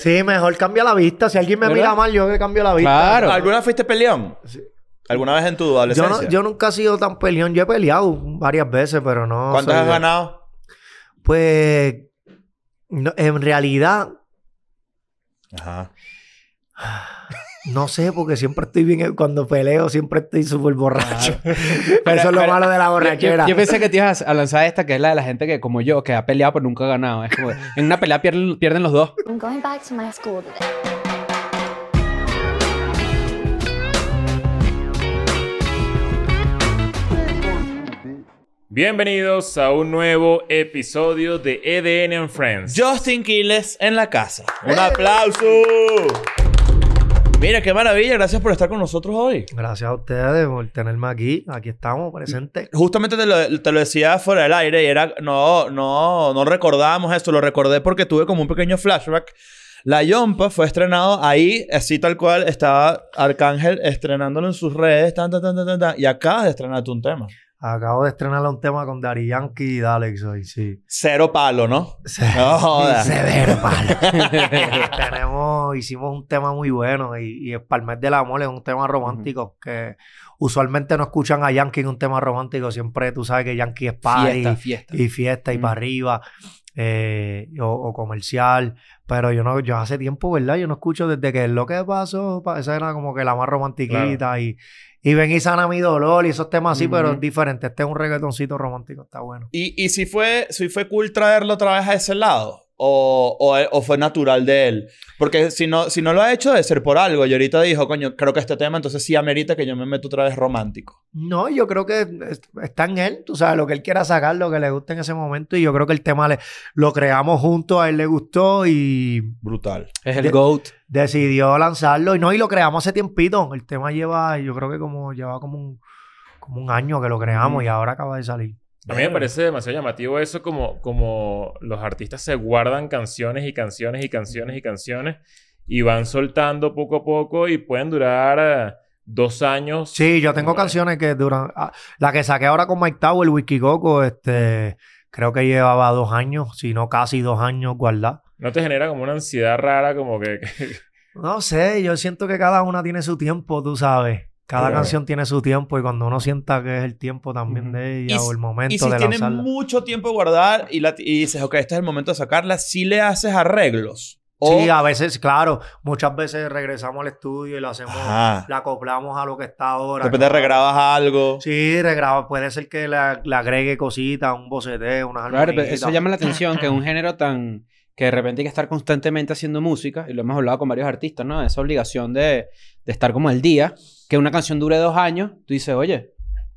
Sí, mejor cambia la vista. Si alguien me ¿Verdad? mira mal, yo que cambio la vista. Claro. ¿Alguna vez fuiste peleón? ¿Alguna vez en tu Yo, adolescencia? no- yo nunca he sido tan peleón. Yo he peleado varias veces, pero no. ¿Cuántas soy has de- ganado? Pues. no, en realidad, Ajá. no sé, porque siempre estoy bien. Cuando peleo, siempre estoy súper borracho. Pero- Eso es lo pero- malo de la Yo, borrachera. yo pensé que te ibas a lanzar esta, que es la de la gente que, como yo, que ha peleado pero nunca ha ganado. Es como, en una pelea pierden, pierden los dos. I'm going back to my school today. Bienvenidos a un nuevo episodio de E EDN and Friends. Justin Quiles en la casa. ¡Un aplauso! Mira, qué maravilla. Gracias por estar con nosotros hoy. Gracias a ustedes por tenerme aquí. Aquí estamos, presentes. Justamente te lo, te lo decía fuera del aire y era... No, no, no recordábamos esto. Lo recordé porque tuve como un pequeño flashback. La Yompa fue estrenado ahí, así tal cual. Estaba Arcángel estrenándolo en sus redes. Tan, tan, tan, tan, tan, tan, y acabas de estrenarte un tema. Acabo de estrenar un tema con Dari Yankee y Dalex hoy, sí. Cero palo, ¿no? Se, Ah, No jodas. Severo, palo. Tenemos, hicimos un tema muy bueno y, y es Palmer del Amor es un tema romántico que usualmente no escuchan a Yankee en un tema romántico. Siempre tú sabes que Yankee es party Fiesta, fiesta. y fiesta y Mm. para arriba eh, o, o comercial. Pero yo no, yo hace tiempo, ¿verdad? Yo no escucho desde que lo que pasó, pa- esa era como que la más romantiquita y, y ven y sana mi dolor y esos temas así, pero es diferente. Este es un reggaetoncito romántico, está bueno. ¿Y, y si, fue, si fue cool traerlo otra vez a ese lado? O, o- o fue natural de él? Porque si no, si no lo ha hecho, debe ser por algo. Y ahorita dijo, coño, creo que este tema entonces sí amerita que yo me meto otra vez romántico. No, yo creo que es- está en él, tú sabes, lo que él quiera sacar, lo que le guste en ese momento y yo creo que el tema le, lo creamos juntos, a él le gustó y Brutal. Es el GOAT. decidió lanzarlo y no, y lo creamos hace tiempito. El tema lleva, yo creo que como lleva como un, como un año que lo creamos y ahora acaba de salir. A mí me parece demasiado llamativo eso, como, como los artistas se guardan canciones y canciones y canciones y canciones y van soltando poco a poco y pueden durar eh, dos años. eh, Sí, yo tengo Bueno. canciones que duran. ah, la que saqué ahora con Mike Tower, el Whisky Coco, este, creo que llevaba dos años, si no casi dos años guardada. ¿No te genera como una ansiedad rara, como que... No sé, yo siento que cada una tiene su tiempo, tú sabes. Cada Claro. canción tiene su tiempo y cuando uno sienta que es el tiempo también de ella Y o si- el Y momento si de tienes lanzarla. mucho tiempo guardar y, la, y dices, ok, este es el momento de sacarla, si le haces arreglos. O, Sí, a veces, claro, muchas veces regresamos al estudio y lo hacemos, Ajá. la acoplamos a lo que está de ahora. repente regrabas algo. Sí, regraba. Puede ser que le, le agregue cositas, un boceteo, unas Ah, Claro, pero armonitas. eso llama la atención, que un género tan... Que de repente hay que estar constantemente haciendo música, y lo hemos hablado con varios artistas, ¿no? Esa obligación de, de estar como al día, que una canción dure dos años, tú dices, oye,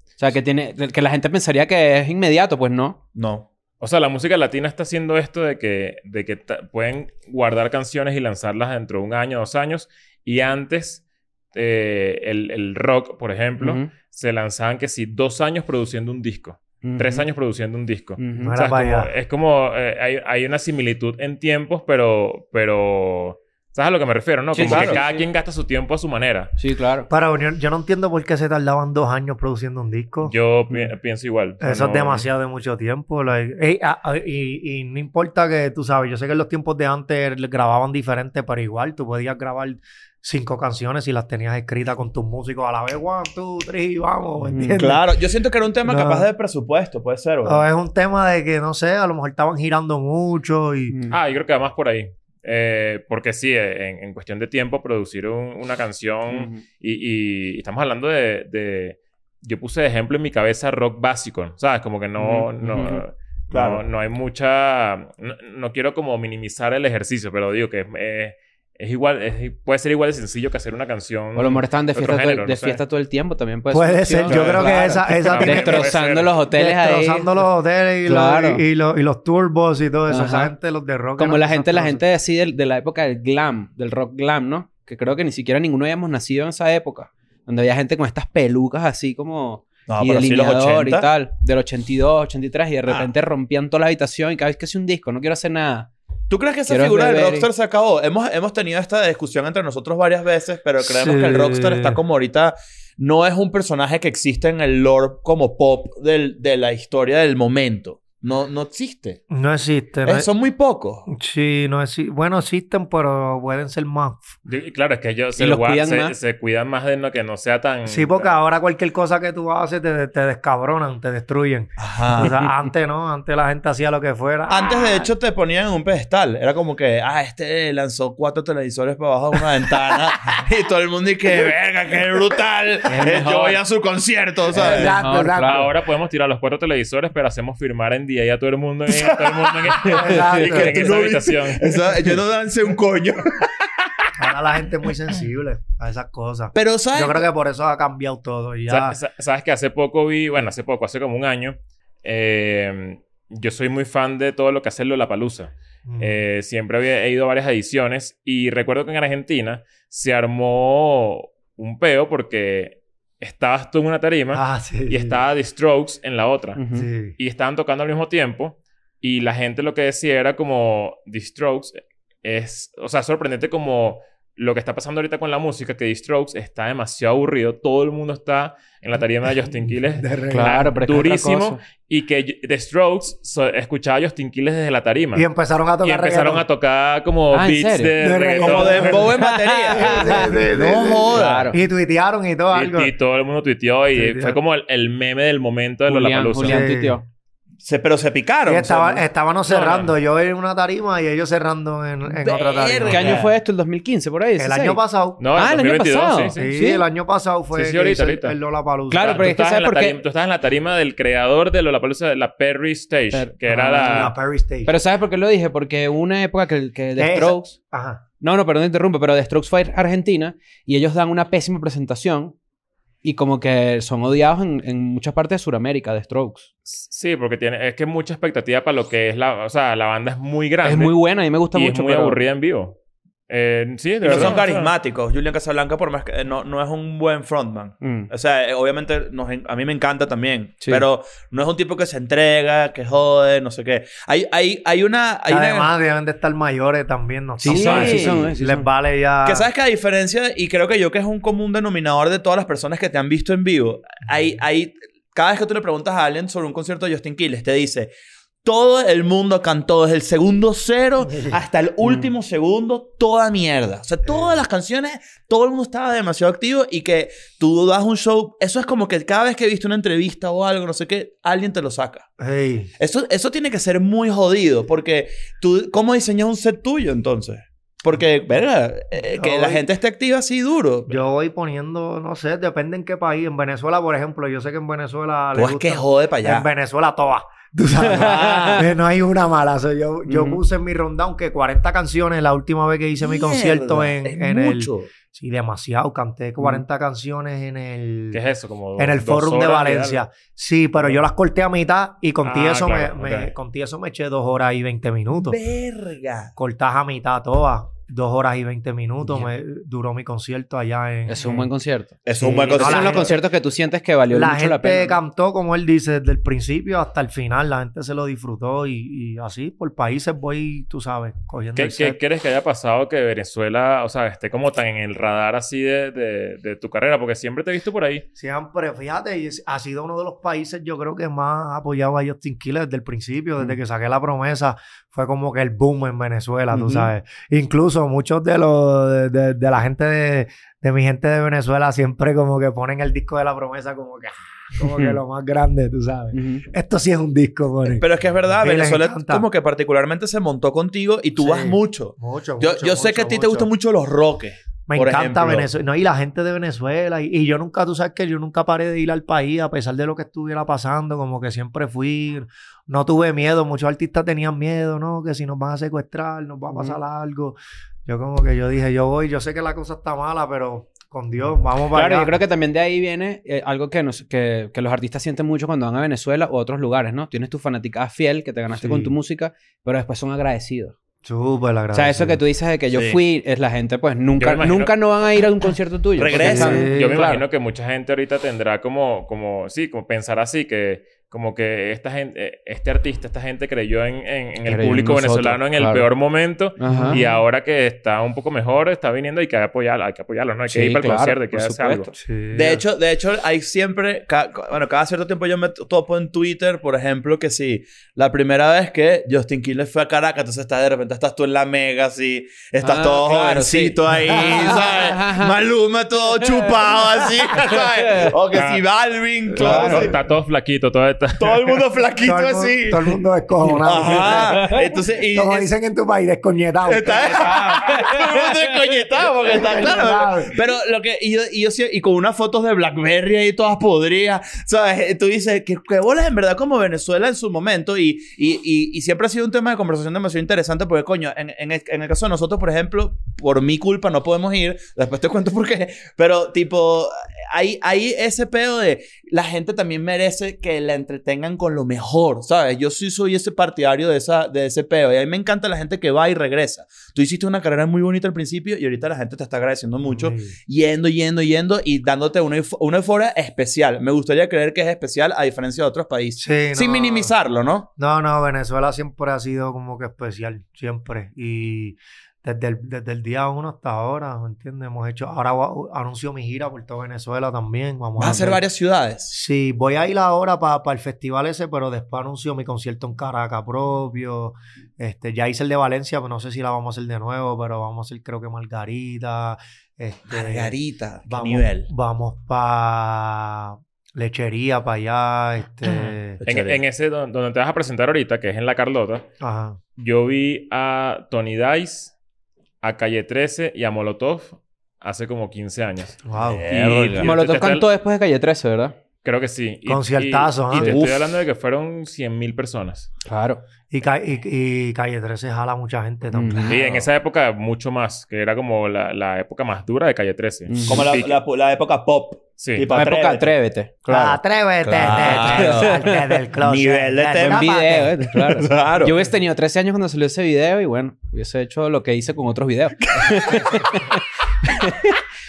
o sea, que, tiene, que la gente pensaría que es inmediato, pues no. No. O sea, la música latina está haciendo esto de que, de que ta- pueden guardar canciones y lanzarlas dentro de un año, dos años. Y antes, eh, el, el rock, por ejemplo, Ujú. se lanzaban que sí, dos años produciendo un disco, tres Ujú. Mm. años produciendo un disco. Ujú. Mira es como, para allá. es como, eh, hay, hay una similitud en tiempos, pero, pero, ¿sabes a lo que me refiero? No, Sí, como claro. que cada Sí. quien gasta su tiempo a su manera. Sí, claro. Pero yo, yo no entiendo por qué se tardaban dos años produciendo un disco. Yo pi- pienso igual. O sea, Eso no- es demasiado de mucho tiempo. like, ey, ah, ah, y, y no importa que tú sabes, yo sé que en los tiempos de antes le- grababan diferente, pero igual tú podías grabar cinco canciones y las tenías escritas con tus músicos a la vez. One, two, three, vamos, Mm, ¿entiendes? Claro, yo siento que era un tema No. capaz de presupuesto, puede ser. ¿verdad? O es un tema de que, no sé, a lo mejor estaban girando mucho y... Ujú. Ah, yo creo que además por ahí. Eh, porque sí, eh, en, en cuestión de tiempo, producir un- una Mm. canción... Ujú. Y, y estamos hablando de, de- Yo puse de ejemplo en mi cabeza rock básico, ¿sabes? Como que no. Ujú, no, ujú. no- Claro. no, hay mucha. No, no quiero como minimizar el ejercicio, pero digo que es, eh, es igual. es- puede ser igual de sencillo que hacer una canción. O lo mejor estaban de, otro fiesta, todo, género, de no sé. fiesta todo el tiempo también. Puede, Puede ser, ser, una yo opción. creo que Claro. esa, esa Claro. tiene que Destrozando ser. los hoteles ahí. destrozando los hoteles y, Claro. los, y, y los, y los turbos y todo eso. Esa Ajá. gente, los de rock. Como eran la gente, la desastrosos. gente así del- de, la época del glam, del rock glam, ¿no? Que creo que ni siquiera ninguno habíamos nacido en esa época. Donde había gente con estas pelucas así como... No, y Ah, pero sí los delineador 80. y tal. Del 82, 83. Y Ah. de repente rompían toda la habitación. Y cada vez que hacía un disco, no quiero hacer nada. ¿Tú crees que esa Quiero figura del beber y- rockstar se acabó? Hemos, hemos tenido esta discusión entre nosotros varias veces, pero creemos Sí. que el rockstar está como ahorita... No es un personaje que existe en el lore como pop del- de la historia del momento. No, no existe. No existe. no Eh, son muy pocos. es- Sí, no exi- Bueno, existen, pero pueden ser más. Yo- Claro, es que ellos se Y los guar- cuidan se- más. se cuidan más de no, que no sea tan... Sí, porque ahora cualquier cosa que tú haces te, te descabronan, te destruyen. Ajá. Ah. O sea, antes no, antes la gente hacía lo que fuera. Antes, de hecho, te ponían en un pedestal. Era como que, ah, este lanzó cuatro televisores para abajo de una ventana. y todo el mundo, y que, verga, qué brutal. Eh, mejor. Yo voy a su concierto, ¿sabes? Exacto, Mejor, exacto. claro. Ahora podemos tirar los cuatro televisores, pero hacemos firmar en día a todo el mundo en, todo el mundo en, Exacto. en- Que en tú esa no habitación. Eso- yo no lancé un coño. Ahora la gente es muy sensible a esas cosas. Pero, ¿sabes? Yo creo que por eso ha cambiado todo. y Ya. Sa- sa- Sabes que hace poco vi, bueno, hace poco, hace como un año, eh, yo soy muy fan de todo lo que hace Lollapalooza. Mm. Eh, siempre había- he ido a varias ediciones y recuerdo que en Argentina se armó un peo porque estabas tú en una tarima Ah, sí. y estaba The Strokes en la otra. Ujú. Sí. y estaban tocando al mismo tiempo y la gente lo que decía era como The Strokes es, o sea, sorprendente como lo que está pasando ahorita con la música, que The Strokes está demasiado aburrido, todo el mundo está en la tarima de Justin Quiles De regla. Claro, pero es que otra durísimo cosa. y que yo- The Strokes so- escuchaba a Justin Quiles desde la tarima Y empezaron a tocar. y empezaron reggaetón. a tocar como Ah, ¿en beats de, serio? De reggaetón. Como reggaetón. dembow en batería. no jodas. Claro. Y tuitearon y todo algo. Y, y todo el mundo tuiteó y Tuiteó. fue como el, el meme del momento de Julián, Lollapalooza. Julián Sí. tuiteó. Se- pero se picaron. Y estaba- se- estábamos No, no, cerrando. Yo en una tarima y ellos cerrando en, en otra tarima. ¿Qué Verga. año fue esto? ¿El 2015? Por ahí. El año pasado. No, Ah, el año pasado. sí, sí. Sí, ¿Sí? el año pasado fue Sí, sí, que ahorita, hizo el- ahorita. el Lollapalooza. Claro, Tú pero es que estabas ¿sabes en la por qué? tarima- tú estabas en la tarima del creador de Lollapalooza, de la Perry Stage, Per- que era Ah, la... La Perry Stage. Pero ¿sabes por qué lo dije? Porque hubo una época que, el- que Esa- The Strokes... Ajá. No, no, perdón, interrumpe, pero The Strokes fue a Argentina y ellos dan una pésima presentación y como que son odiados en, en muchas partes de Sudamérica, The Strokes. Sí, porque tiene... Es que mucha expectativa para lo que es la... O sea, la banda es muy grande. Es muy buena, a mí me gusta y mucho. es muy pero- aburrida en vivo. Eh, sí, de no verdad. son o sea, carismáticos. Julian Casablanca, por más que eh, no, no es un buen frontman. Mm. O sea, eh, obviamente nos en- a mí me encanta también. Sí. Pero no es un tipo que se entrega, que jode, no sé qué. Hay, hay, hay una. Hay Y una- además deben de estar mayores también. No Sí, Tampoco son, sí, es- son, eh, sí Les son. vale ya. Que sabes que a diferencia, y creo que yo que es un común denominador de todas las personas que te han visto en vivo, hay, hay, cada vez que tú le preguntas a alguien sobre un concierto de Justin Quiles, te dice, todo el mundo cantó desde el segundo cero hasta el último segundo, toda mierda. O sea, todas las canciones, todo el mundo estaba demasiado activo y que tú das un show, eso es como que cada vez que viste una entrevista o algo, no sé qué, alguien te lo saca. Sí. Eso, eso tiene que ser muy jodido, porque tú, ¿cómo diseñas un set tuyo entonces? Porque, verga, eh, que la Ay. gente esté activa así duro. Yo voy poniendo, no sé, depende en qué país. En Venezuela, por ejemplo, yo sé que en Venezuela. les Pues es que Ah, gusta- jode para allá. En Venezuela todas. Tú sabes, Eh, no hay una mala. O sea, yo, yo Ujú. puse en mi rundown que 40 canciones la última vez que hice mi Mierda, concierto en, es en el. mucho. Sí, demasiado. Canté 40 canciones en el. ¿Qué es eso? Como En el dos Forum de horas Valencia. Sí, pero yo las corté a mitad y con ti Ah, eso, claro, me, me- ok. con ti eso me eché dos horas y 20 minutos. Verga. Cortas a mitad todas. Dos horas y 20 minutos me duró mi concierto allá en... Es un buen concierto. Eso es Sí, un buen no, Esos la son concierto. los gente- conciertos que tú sientes que valió La mucho gente la pena. ¿no? cantó, como él dice, desde el principio hasta el final. La gente se lo disfrutó y, y así por países voy, tú sabes, cogiendo ¿Qué, el qué set. crees que haya pasado que Venezuela, o sea, esté como tan en el radar así de, de- de tu carrera? Porque siempre te he visto por ahí. Siempre, fíjate, y es- ha sido uno de los países, yo creo que más apoyado a Justin Quiles desde el principio, desde que saqué la promesa, fue como que el boom en Venezuela, tú Ujú. sabes. Incluso muchos de los de, de- de la gente de, de mi gente de Venezuela siempre como que ponen el disco de la promesa como que, ah, como que lo más grande, tú sabes. Ujú. Esto sí es un disco, ponen. Pero es que es verdad, Sí, les Venezuela encanta. como que particularmente se montó contigo y tú Sí. vas mucho. Mucho, Yo, mucho, yo sé que a ti te gustan mucho los roques. Me por encanta ejemplo. Venezuela. No, y la gente de Venezuela. Y, y yo nunca, tú sabes que yo nunca paré de ir al país a pesar de lo que estuviera pasando. Como que siempre fui. No tuve miedo. Muchos artistas tenían miedo, ¿no? Que si nos van a secuestrar, nos va a pasar algo. Yo como que yo dije, yo voy. Yo sé que la cosa está mala, pero con Dios, vamos para Claro, yo allá. creo que también de ahí viene eh, algo que, nos, que, que los artistas sienten mucho cuando van a Venezuela o a otros lugares, ¿no? Tienes tu fanaticada fiel que te ganaste Sí. con tu música, pero después son agradecidos. Súper O sea, eso agradecido. que tú dices de que yo Sí. fui, es la gente, pues Yo nunca, me imagino- nunca no van a ir a un concierto tuyo. porque Regresa. están- Sí, Yo me claro. imagino que mucha gente ahorita tendrá como, como, sí, como pensar así, que, Como que esta gente, eh, este artista, esta gente creyó en, en- en el Creyó en público nosotros, venezolano en el claro. peor momento. Ajá. Y ahora que está un poco mejor, está viniendo, hay que apoyarlo, hay que apoyarlo, ¿no? Hay que Sí, ir para el claro, concierto, hay que por hacer algo. supuesto. Sí. De hecho, de hecho, hay siempre, ca- bueno, cada cierto tiempo yo me t- topo en Twitter, por ejemplo, que si la primera vez que Justin Quiles fue a Caracas, entonces estás de repente estás tú en la mega, así, estás Ah, todo claro, jovencito sí. ahí, ¿sabes? Maluma todo chupado así, ¿sabes? O que si Balvin, Claro, claro, sí. está todo flaquito, todo está. todo el mundo flaquito todo el, mundo, así. todo el mundo descojonado. Ajá. Entonces, y Como dicen en tu país, descoñetado. Está descoñetado porque está claro. Descoñetado. Pero lo que. Y yo, y yo sí- y con unas fotos de Blackberry ahí todas podridas. ¿Sabes? Eh, Tú dices que, que bolas en verdad como Venezuela en su momento. Y, y, y, y siempre ha sido un tema de conversación demasiado interesante porque, coño, en, en el, en el caso de nosotros, por ejemplo, por mi culpa no podemos ir. Después te cuento por qué. Pero, tipo, hay, hay ese pedo de la gente también merece que la entretengan con lo mejor, ¿sabes? Yo sí soy ese partidario de, esa, de ese pedo. Y a mí me encanta la gente que va y regresa. Tú hiciste una carrera muy bonita al principio y ahorita la gente te está agradeciendo mucho. Yendo, yendo, yendo y dándote una, eufo- una euforia especial. Me gustaría creer que es especial a diferencia de otros países. Sí, no. Sin minimizarlo, ¿no? No, no, Venezuela siempre ha sido como que especial, siempre. Y desde el, desde el día uno hasta ahora, ¿me entiendes? Hemos hecho, ahora voy a- anuncio mi gira por toda Venezuela también. Vamos Vas a hacer varias ciudades. Sí, voy a ir ahora para el festival ese, pero después anuncio mi concierto en Caracas propio. Este, ya hice el de Valencia, pero no sé si la vamos a hacer de nuevo, pero vamos a hacer creo que Margarita. Este, Margarita, ¿qué vamos, nivel. Vamos para lechería, para allá. Este, En, en ese don- donde te vas a presentar ahorita, que es en La Carlota, ajá. yo vi a Tony Dice, a Calle 13 y a Molotov hace como 15 años. Wow. Eh, Y, Verga. te- Molotov te- cantó después de Calle 13, ¿verdad? Creo que sí. Y- Conciertazo, y- Y, ¿ah? te Uf. estoy hablando de que fueron 100.000 personas. Claro. Y, ca- y- y Calle 13 jala mucha gente también. Mm. Y en esa época mucho más, que era como la, la época más dura de Calle 13. Mm. Como la, Sí, la- la época pop. sí. tipo- La época Atrévete. Atrévete. Claro. Atrévete, Claro. te- te- salte del closet. Nivel de este te- tema. Buen tápate. video, ¿eh? Claro. Claro. Yo hubiese tenido 13 años cuando salió ese video y bueno, hubiese hecho lo que hice con otros videos.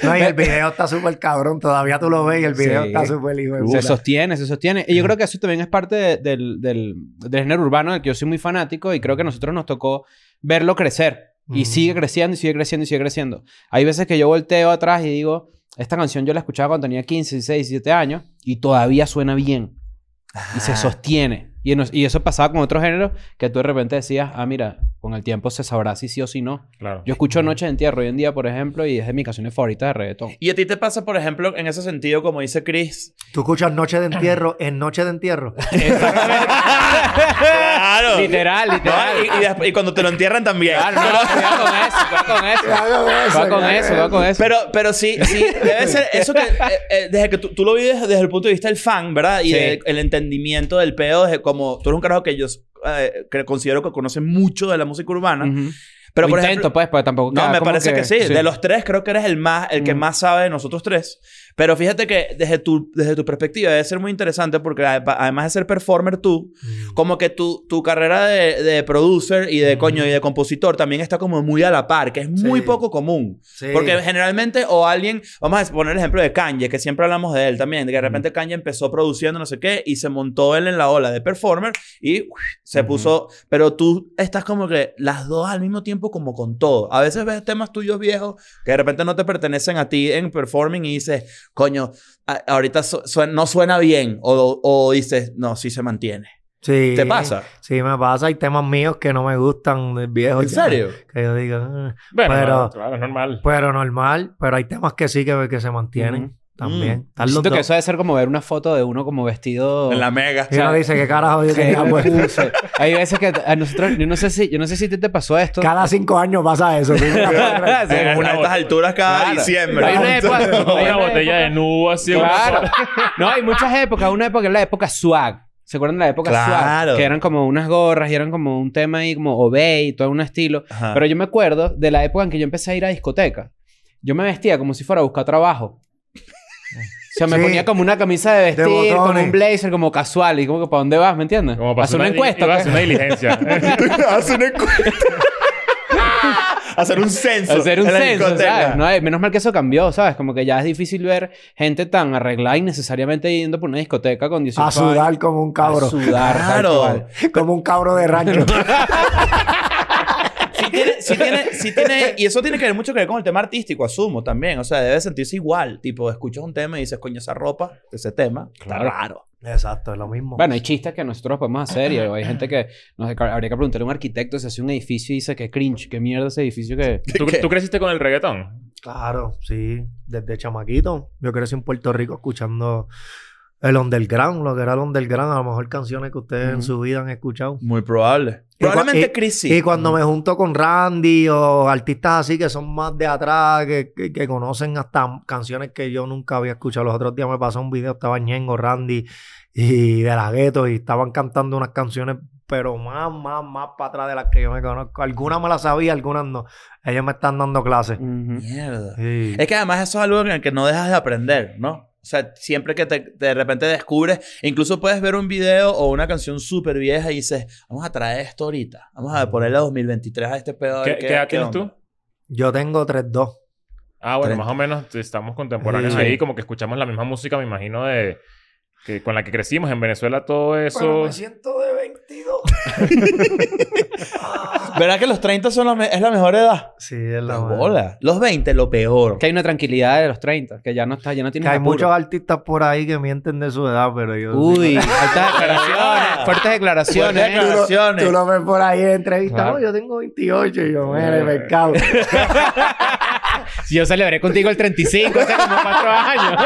No, y el video está súper cabrón. Todavía tú lo ves y el video Sí. está súper hijo de se puta. sostiene, se sostiene. Y yo creo que eso también es parte de- del, del, del género urbano del que yo soy muy fanático y creo que a nosotros nos tocó verlo crecer. Y Mm. sigue creciendo y sigue creciendo y sigue creciendo. Hay veces que yo volteo atrás y digo, esta canción yo la escuchaba cuando tenía 15, 16, 17 años y todavía suena bien. Y se sostiene. Y, en- y eso pasaba con otros géneros que tú de repente decías, ah, mira, con el tiempo se sabrá si sí o si no. Claro. Yo escucho Noches de Entierro hoy en día, por ejemplo, y es de mis canciones favoritas de reggaetón. Y a ti te pasa, por ejemplo, en ese sentido, como dice Chris. Tú escuchas Noche de Entierro en Noche de Entierro. claro. literal, No, literal. y, y desp- y cuando te lo entierran también. Claro, Ah, no, cuidado con eso, cuidado con eso. Cuidado con eso, Cuidado con cuidado eso, con cuidado con eso. Pero, pero sí, sí, debe ser eso que eh, eh, desde que tú, tú lo vives desde el punto de vista del fan, ¿verdad? Y Sí. de- el entendimiento del pedo, desde como tú eres un carajo que yo eh, que considero que conoce mucho de la música urbana. Ujú. Pero Lo por intento, ejemplo, pues, pero tampoco. no, queda me como parece que, sí. De los tres creo que eres el más, el que Mm. más sabe de nosotros tres. Pero fíjate que desde tu, desde tu perspectiva debe ser muy interesante porque a- además de ser performer tú, como que tu, tu carrera de, de producer y de coño y de compositor también está como muy a la par, que es muy Sí. poco común. Sí. Porque generalmente o alguien, vamos a poner el ejemplo de Kanye, que siempre hablamos de él también, de que de repente Kanye empezó produciendo no sé qué y se montó él en la ola de performer y uff, se Ujú. puso, pero tú estás como que las dos al mismo tiempo como con todo. A veces ves temas tuyos viejos que de repente no te pertenecen a ti en performing y dices, coño, a- ahorita su- su- no suena bien o, o dices, no, sí se mantiene. Sí. ¿Te pasa? Sí, me pasa. Hay temas míos que no me gustan del viejo. ¿En ya, serio? Que yo digo, "Ah". Bueno, Pero- no, claro, es normal. pero normal. Pero hay temas que sí que, que se mantienen Ujú. también. Mm. Están los Siento que dos. eso debe ser como ver una foto de uno como vestido. En la mega. Y uno dice, ¿qué carajo yo "Ah, pues, Que tenía me puesto?". puse. Hay veces que a nosotros, yo no sé si, yo no sé si a ti te pasó esto. Cada cinco años pasa eso. ¿sí? Sí. En una de estas alturas cada Claro. diciembre. Hay una época- hay Una una botella de época- nubo así. una Claro. sola. No, hay muchas épocas. Una época es la época swag. ¿Se acuerdan de la época Claro. swag? Que eran como unas gorras y eran como un tema ahí como obey y todo un estilo. Ajá. Pero yo me acuerdo de la época en que yo empecé a ir a discotecas. Yo me vestía como si fuera a buscar trabajo. O sea, me Sí. ponía como una camisa de vestir, como botones. un blazer, como casual. Y como que, ¿para dónde vas? ¿Me entiendes? Como Hacer pasó una, pues. di- encuesta. iba a pues. hacer una diligencia. Hace una encuesta. hacer un censo. Hacer un en la censo, discoteca. ¿sabes? No, eh, menos mal que eso cambió, ¿sabes? Como que ya es difícil ver gente tan arreglada y necesariamente yendo por una discoteca con 18 A sudar como un cabro. A sudar, tal Claro. cual. Como un cabro de rancho. Sí tiene, sí tiene, sí tiene, y eso tiene que ver mucho que ver con el tema artístico, asumo también. O sea, debe sentirse igual. Tipo, escuchas un tema y dices, coño, esa ropa, ese tema, Claro. está raro. Exacto, es lo mismo. Bueno, hay chistes que nosotros podemos hacer y hay gente que no sé, habría que preguntarle a un arquitecto si hace un edificio y dice que cringe, qué mierda ese edificio que... ¿Tú, ¿Qué? tú creciste con el reggaetón? Claro, sí. Desde chamaquito. Yo crecí en Puerto Rico escuchando el underground, lo que era el underground. A lo mejor canciones que ustedes en Ujú. su vida han escuchado. Muy probable. Y cua- Probablemente y- Chris sí. Y cuando me junto con Randy o artistas así que son más de atrás, que, que- que conocen hasta canciones que yo nunca había escuchado. Los otros días me pasó un video, estaba Ñengo, Randy y de la gueto y estaban cantando unas canciones, pero más, más, más para atrás de las que yo me conozco. Algunas me las sabía, algunas no. Ellos me están dando clases. Ujú. Mierda. Sí. Mm. Es que además eso es algo en el que no dejas de aprender, ¿no? O sea, siempre que te, te de repente descubres, incluso puedes ver un video o una canción súper vieja y dices, vamos a traer esto ahorita. Vamos a ponerle a 2023 a este pedo. a ¿Qué, ver qué edad tienes onda". tú? Yo tengo 3-2. Ah, bueno, Treinta. más o menos estamos contemporáneos Sí. ahí, como que escuchamos la misma música, me imagino, de que con la que crecimos en Venezuela, todo eso. siento de 22. ¿Verdad que los 30 son la me- es la mejor edad? sí, es la La mano. bola. Los 20, lo peor. Que hay una tranquilidad de los 30, que ya no está, ya no Que tienes hay apuro. muchos artistas por ahí que mienten de su edad, pero yo... Uy, altas declaraciones, fuertes declaraciones. Ah. Fuertes ¿eh? declaraciones. Tú lo ves por ahí en entrevista. Claro. No, yo tengo 28 y yo, Eh. mire, mercado. Si yo celebré contigo el 35, hace como 4 años.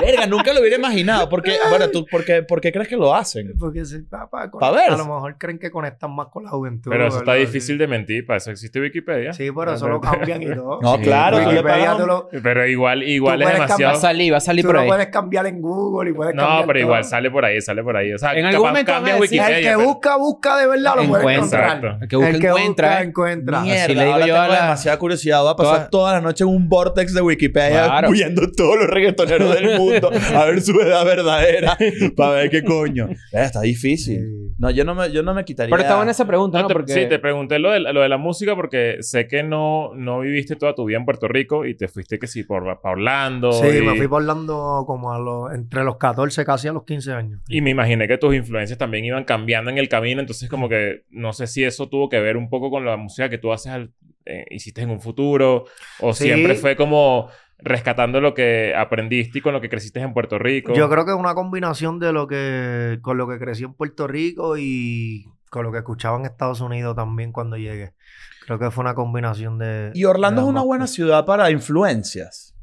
Verga, nunca lo hubiera imaginado. Porque, bueno, tú, ¿por qué, por qué crees que lo hacen? Porque si, papá, con- Pa' ver. a lo mejor creen que conectan más con la juventud. Pero eso está ¿verdad? difícil de mentir, para eso existe Wikipedia. Sí, pero eso lo cambian y todo. No, Sí, pues, claro, tú le Wikipedia pagas tú, un- lo, Pero igual, igual Tú es puedes Va a demasiado. cambiar- salir, va a salir tú por lo ahí. puedes cambiar en Google y puedes No, cambiar pero todo. igual sale por ahí, sale por ahí. O sea, En algún capaz momento van a cambias decir, Wikipedia. el que pero- busca, busca de verdad lo puede Encuentra. encontrar. Exacto. El que busca el que encuentra. busca, ¿eh? encuentra. Mierda. Así le digo ahora yo tengo a la- demasiada curiosidad. Voy a pasar Toda- toda la noche en un vortex de Wikipedia Claro. viendo todos los reggaetoneros del mundo a ver su edad verdadera para ver qué coño. Eh, está difícil. Sí. No, yo no me, yo no me quitaría. Pero está buena esa pregunta, No, ¿no? te- Porque... Sí, te pregunté lo de, la- lo de la música porque sé que no, no viviste toda tu vida en Puerto Rico y te fuiste que sí, por, pa' Orlando. Sí, y, me fui por Orlando como a los, entre los 14 casi a los 15 años. y me imaginé que tus influencias también iban cambiando en el camino, entonces como que no sé si eso tuvo que ver un poco con la música que tú haces, al- eh, hiciste en un futuro, o Sí. siempre fue como rescatando lo que aprendiste y con lo que creciste en Puerto Rico. Yo creo que es una combinación de lo que con lo que crecí en Puerto Rico y con lo que escuchaba en Estados Unidos también cuando llegué. Creo que fue una combinación de. Y Orlando de es una ambas buena cosas. ciudad para influencias.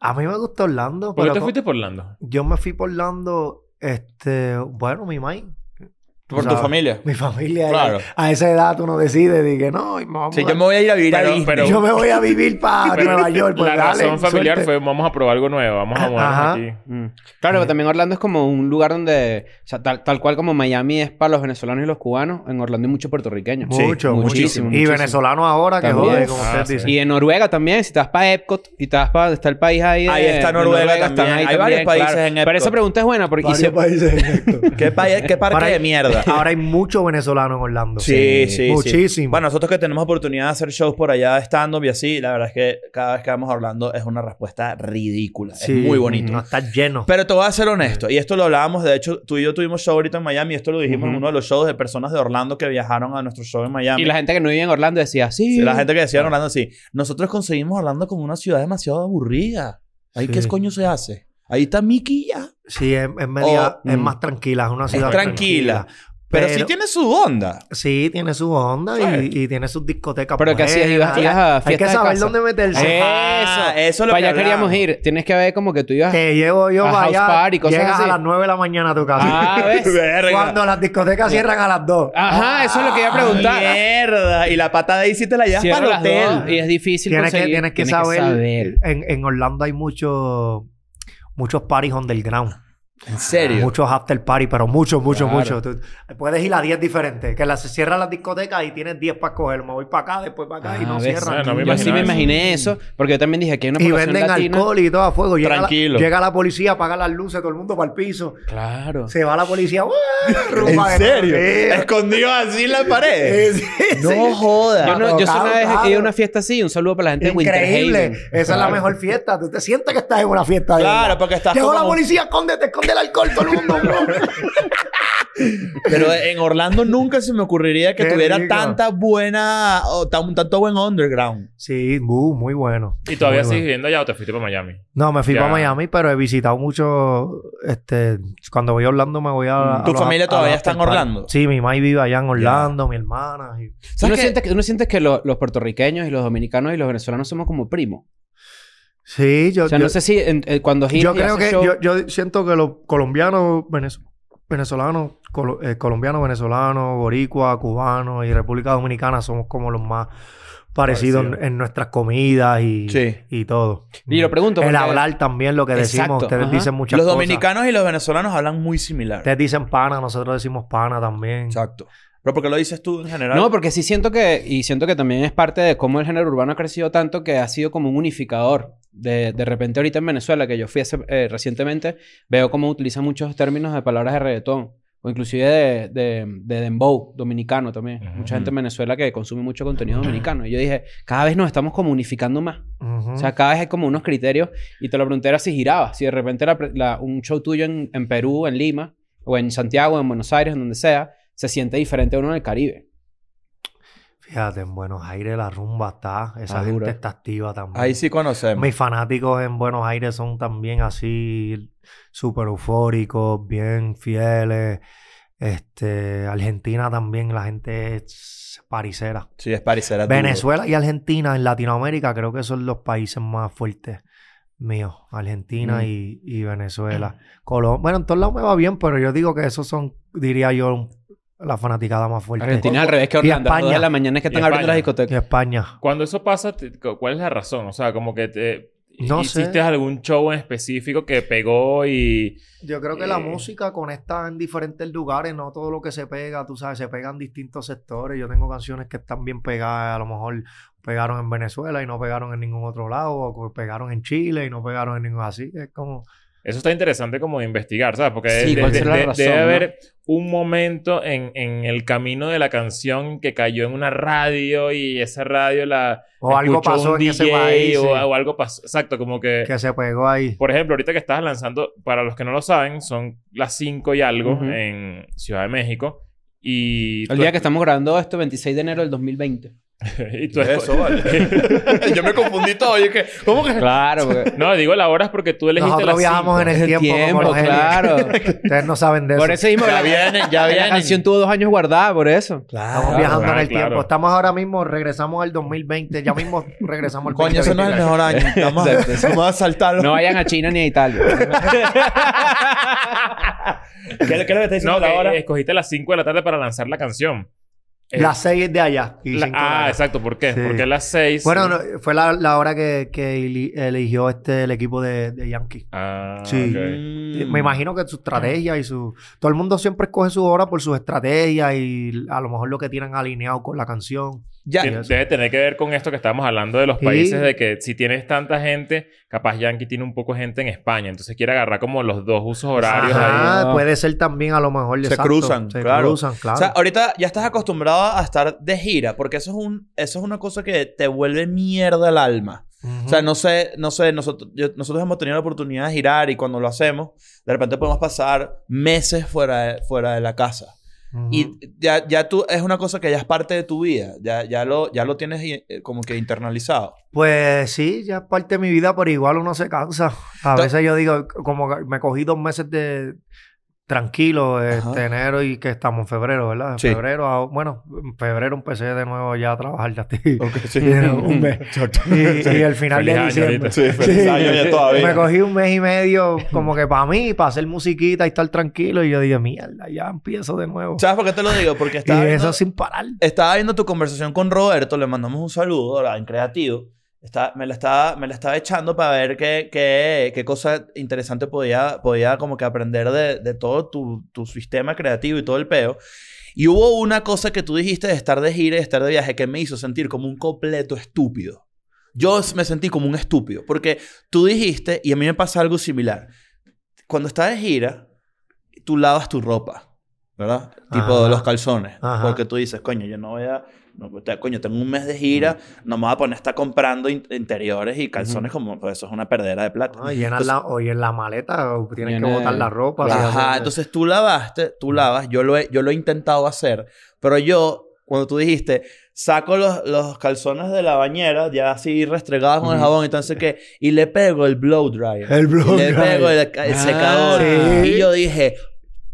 A mí me gusta Orlando, ¿Por pero qué te co- fuiste por Orlando? yo me fui por Orlando, este, bueno, mi mai, Por tu sabes. familia. mi familia. Claro. A esa edad uno decide, dije, no, y me voy a Si yo mudar. me voy a ir a vivir Pero- a Disney. pero- Yo me voy a vivir para Pero Nueva York. pues la dale, razón familiar suerte. fue vamos a probar algo nuevo, vamos a Ajá. movernos aquí. Mm. Claro, pero también Orlando es como un lugar donde, o sea, tal, tal cual como Miami es para los venezolanos y los cubanos, en Orlando hay muchos puertorriqueños. Sí, Mucho, muchísimo, muchísimo. Y muchísimo. venezolano ahora, que También. jode, como Ah, ustedes sí. dicen. Y en Noruega también, si te vas para Epcot y te vas para está el país ahí. de- Ahí está de Noruega también. están ahí Hay varios países en Epcot. Pero esa pregunta es buena porque y Varios se- países en esto. ¿Qué, pa- qué parque Para- de mierda? Ahora hay mucho venezolano en Orlando. Sí, sí, sí. Muchísimo. Bueno, nosotros que tenemos oportunidad de hacer shows por allá estando y así, la verdad es que cada vez que vamos a Orlando es una respuesta ridícula. Sí, Es muy bonito. No está lleno. Pero te voy a ser honesto, y esto lo hablábamos, de hecho, tú y yo tuvimos show ahorita en Miami, y esto lo dijimos en Ujú. uno de los shows de personas de Orlando que viajaron a nuestro show en Miami. y la gente que no vive en Orlando decía, sí. Sí, la gente que decía en Orlando así, nosotros conseguimos Orlando como una ciudad demasiado aburrida. Ahí Sí. qué coño se hace. Ahí está Mickey y ya. sí, es, es media, O- es mm. más tranquila. Es una ciudad tranquila, Pero, sí tiene su onda. sí tiene su onda Sí. y, y tiene sus discotecas. Pero que así buenas. ibas- ibas a Hay que fiestas de saber casa. dónde meterse. Eh, Ah, eso es lo para que allá Pues queríamos hablamos. ir. Tienes que ver como que tú ibas... Te llevo yo A para house allá. party, cosas llegas así. a las 9 de la mañana a tu casa. Ah, ¿ves? Verga. Cuando las discotecas cierran a las 2. Ajá, eso es lo que iba a Ah, preguntar. Mierda. Y la pata de ahí sí te la llevas Cierra para el las hotel. dos Y es difícil Tienes que, ah, conseguir. tienes que saber. En, en Orlando hay muchos muchos parties underground. ¿En serio? Muchos after party, pero muchos, muchos, Claro. muchos. Tú- eh, Puedes ir a 10 diferentes. Que las, se cierran las discotecas y tienes 10 para coger. Me voy para acá, después para acá y Ah, no ves. cierran. Ah, no, me Yo sí me imaginé eso, porque yo también dije que hay una y población venden latina. alcohol y todo a fuego. Llega Tranquilo. La, llega la policía, apaga las luces, todo el mundo para el piso. Claro. Se va la policía. ¡uah! ¿En Rumba de serio? todo. Sí. ¿Escondido así en la pared? Sí, sí, sí. No Yo, joda. no, yo soy una Claro, vez he ido claro. a una fiesta así, un saludo para la gente de Increíble. Winter Esa es la mejor fiesta. Tú te sientes que estás en una fiesta. de Claro, verdad. porque estás Llegó como- la policía, escóndete, esconde el alcohol, todo el mundo. bro. Pero en Orlando nunca se me ocurriría que Qué tuviera rico. tanta buena, o tan- tanto buen underground. sí, bu, muy bueno. ¿Y todavía Muy sigues bueno. viviendo allá o te fuiste para Miami? No, me fui Ya. para Miami, pero he visitado mucho. Este, cuando voy a Orlando, me voy Mm. a. a ¿Tu los- familia a todavía los está en after party. Orlando? Sí, mi mamá vive allá en Orlando, mi hermana. y- ¿Tú no, ¿Sabes qué? sientes que, tú no sientes que lo- los puertorriqueños y los dominicanos y los venezolanos somos como primos? Sí, yo. O sea, yo- no sé si en- en- cuando giras Yo y creo haces que show- yo, yo siento que los colombianos, venez- venezolanos, colo- eh, colombianos, venezolanos, boricua, cubanos y República Dominicana somos como los más parecidos en- Parecido. en, nuestras comidas y, Sí. y todo. Y lo pregunto El porque- hablar también, lo que decimos. Exacto, Ustedes ajá. dicen muchas Los cosas. dominicanos y los venezolanos hablan muy similar. Ustedes dicen pana, nosotros decimos pana también. Exacto. Pero porque lo dices tú en general. No, porque sí siento que, y siento que también es parte de cómo el género urbano ha crecido tanto que ha sido como un unificador. De, de repente ahorita en Venezuela, que yo fui hace- eh, recientemente, veo cómo utilizan muchos términos de palabras de reggaetón. O inclusive de, de, de dembow dominicano también. Mucha gente en Venezuela que consume mucho contenido dominicano. Y yo dije, cada vez nos estamos como unificando más. Ujú. O sea, cada vez hay como unos criterios. Y te lo pregunté era si girabas. Si de repente la pre- la- un show tuyo en, en Perú, en Lima, o en Santiago, en Buenos Aires, en donde sea, se siente diferente a uno en el Caribe. Fíjate, en Buenos Aires la rumba está. Esa Ah, gente dura. está activa también. Ahí sí conocemos. Mis fanáticos en Buenos Aires son también así, súper eufóricos, bien fieles. Este, Argentina también, la gente es paricera. Sí, es parecerá duro. Venezuela y Argentina en Latinoamérica creo que son los países más fuertes míos. Argentina y, y Venezuela. Colo- bueno, en todos lados me va bien, pero yo digo que esos son, diría yo, la fanaticada más fuerte. Argentina al revés que Y Orlando. A las España. dos de la mañana es que Y están abriendo España. las Y discotecas. España. Cuando eso pasa, te- cu- ¿cuál es la razón? O sea, como que te... No sé. ¿Hiciste algún show en específico que pegó y... Yo creo que la Eh. música conecta en diferentes lugares, no todo lo que se pega, tú sabes, se pega en distintos sectores. Yo tengo canciones que están bien pegadas, a lo mejor pegaron en Venezuela y no pegaron en ningún otro lado, o que pegaron en Chile y no pegaron en ningún así. Es como. Eso está interesante como de investigar, ¿sabes? Porque Sí, de- ¿cuál de- será la de- razón, debe no? haber un momento en, en el camino de la canción que cayó en una radio y esa radio la... O algo escuchó pasó un en ese DJ país. O, sí, o algo pasó. Exacto, como que... que se pegó ahí. Por ejemplo, ahorita que estás lanzando, para los que no lo saben, son las 5 y algo Ujú. en Ciudad de México. Y El tú- día que estamos grabando esto, 26 de enero del 2020. y tú esco- Eso, vale. Yo me confundí todo. Yo que, ¿cómo que? Claro, porque... No, digo la hora es porque tú elegiste Nosotros las viajamos en cinco. el El tiempo, como tiempo, los aliens. claro. Ustedes no saben de eso. Por eso dijimos que Ya la, vienen, ya la vienen. canción tuvo dos años guardada, por eso. Estamos Claro. viajando en Ah, el claro. tiempo. Estamos ahora mismo, regresamos al 2020, ya mismo regresamos al Coño, ese no es el 2020. mejor año. Vamos a, vamos a saltarlo. No vayan a China ni a Italia. ¿Qué, qué es lo que está No, diciendo que la hora? escogiste las 5 de la tarde para lanzar la canción. Eh, Las seis de allá. y la- cinco de ah, acá. exacto. ¿Por qué? Sí. Porque las 6. Bueno, no, fue la, la hora que, que eli- eligió este el equipo de, de Yankee. Ah, Sí. ok. Mm. Me imagino que su estrategia y su... Todo el mundo siempre escoge su hora por sus estrategias y a lo mejor lo que tienen alineado con la canción. Ya, Tien- Debe tener que ver con esto que estábamos hablando de los Sí. países, de que si tienes tanta gente, capaz Yankee tiene un poco de gente en España, entonces quiere agarrar como los dos usos horarios ahí. Ajá, ahí. puede ser también a lo mejor... Se cruzan, Se claro. cruzan, claro. O sea, ahorita ya estás acostumbrado a estar de gira, porque eso es un, eso es una cosa que te vuelve mierda el alma. Ujú. O sea, no sé, no sé, nosotros, yo- nosotros hemos tenido la oportunidad de girar y cuando lo hacemos, de repente podemos pasar meses fuera de, fuera de la casa. Ujú. Y ya, ya tú, es una cosa que ya es parte de tu vida, ya, ya, lo, ya lo tienes eh, como que internalizado. Pues sí, ya es parte de mi vida, pero igual uno se cansa. A Ta- veces yo digo, como que me cogí dos meses de tranquilo, este Ajá. enero y que estamos en febrero, ¿verdad? En Sí. febrero, a- bueno, en febrero empecé de nuevo ya a trabajar de ti. sí. un mes. Y, y el final Feliz de año diciembre. ahorita. Sí. Me cogí un mes y medio como que para mí, para hacer musiquita y estar tranquilo. Y yo dije, mierda, ya empiezo de nuevo. ¿Sabes por qué te lo digo? Y Porque estaba viendo, eso sin parar. estaba viendo tu conversación con Roberto, le mandamos un saludo ahora en creativo. Está- me, la estaba, me la estaba echando para ver qué, qué, qué cosa interesante podía, podía como que aprender de, de todo tu, tu sistema creativo y todo el peo. Y hubo una cosa que tú dijiste de estar de gira y de estar de viaje que me hizo sentir como un completo estúpido. Yo me sentí como un estúpido porque tú dijiste, y a mí me pasa algo similar. Cuando estás de gira, tú lavas tu ropa, ¿verdad? Tipo Ajá. los calzones. Ajá. Porque tú dices, coño, yo no voy a... no, o sea, coño, tengo un mes de gira, no me voy a poner a estar comprando in- interiores y calzones como... Pues eso es una perdera de plata. No, llenas Entonces- la, o en la maleta o tienes que Llena- botar la ropa. si Ajá, haces- entonces tú lavaste, tú lavas, yo lo, he, yo lo he intentado hacer, pero yo, cuando tú dijiste, saco los, los calzones de la bañera, ya así restregados con el Ujú. jabón, entonces que, y le pego el blow dryer. El blow Y le dryer. pego el, el Ah, secador. sí. Y yo dije,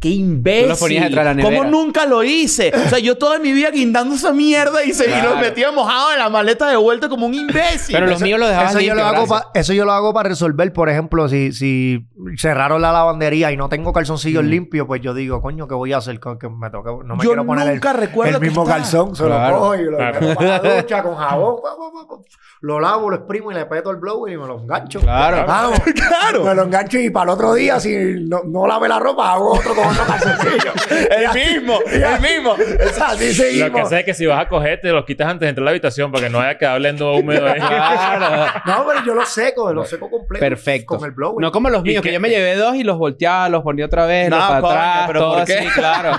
qué imbécil. Tú lo ponías detrás de la ¿Cómo nevera. nunca lo hice? O sea, yo toda mi vida guindando esa mierda y, se, y Claro. lo metía mojado en la maleta de vuelta como un imbécil. Pero los eso- míos los dejabas eso, yo lo limpios, hago gracias. pa- eso yo lo hago para resolver, por ejemplo, si, si cerraron la lavandería y no tengo calzoncillos limpios, pues yo digo, coño, ¿qué voy a hacer? Con, que me toca, no me Mm. yo quiero poner el- nunca recuerdo el que mismo está. calzón, se Claro, lo cojo y lo claro. meto para la ducha con jabón, pa, pa, pa, pa. lo lavo, lo exprimo y le peto el blow y me lo engancho. Claro. Vamos. Claro. Me lo engancho y para el otro día, si no, no lave la ropa, hago otro con otro calzoncillo. El mismo, el mismo. Así Lo que seguimos. hace es que si vas a coger, te los quitas antes de entrar a la habitación para que no haya que oliendo húmedo ahí. Claro. No, pero yo lo seco, lo seco completo. Perfecto. Con el blower. No como los ¿Y míos, qué- que yo me llevé dos y los volteaba, los ponía otra vez, No, los para coño, atrás, pero todo ¿por qué? así, claro.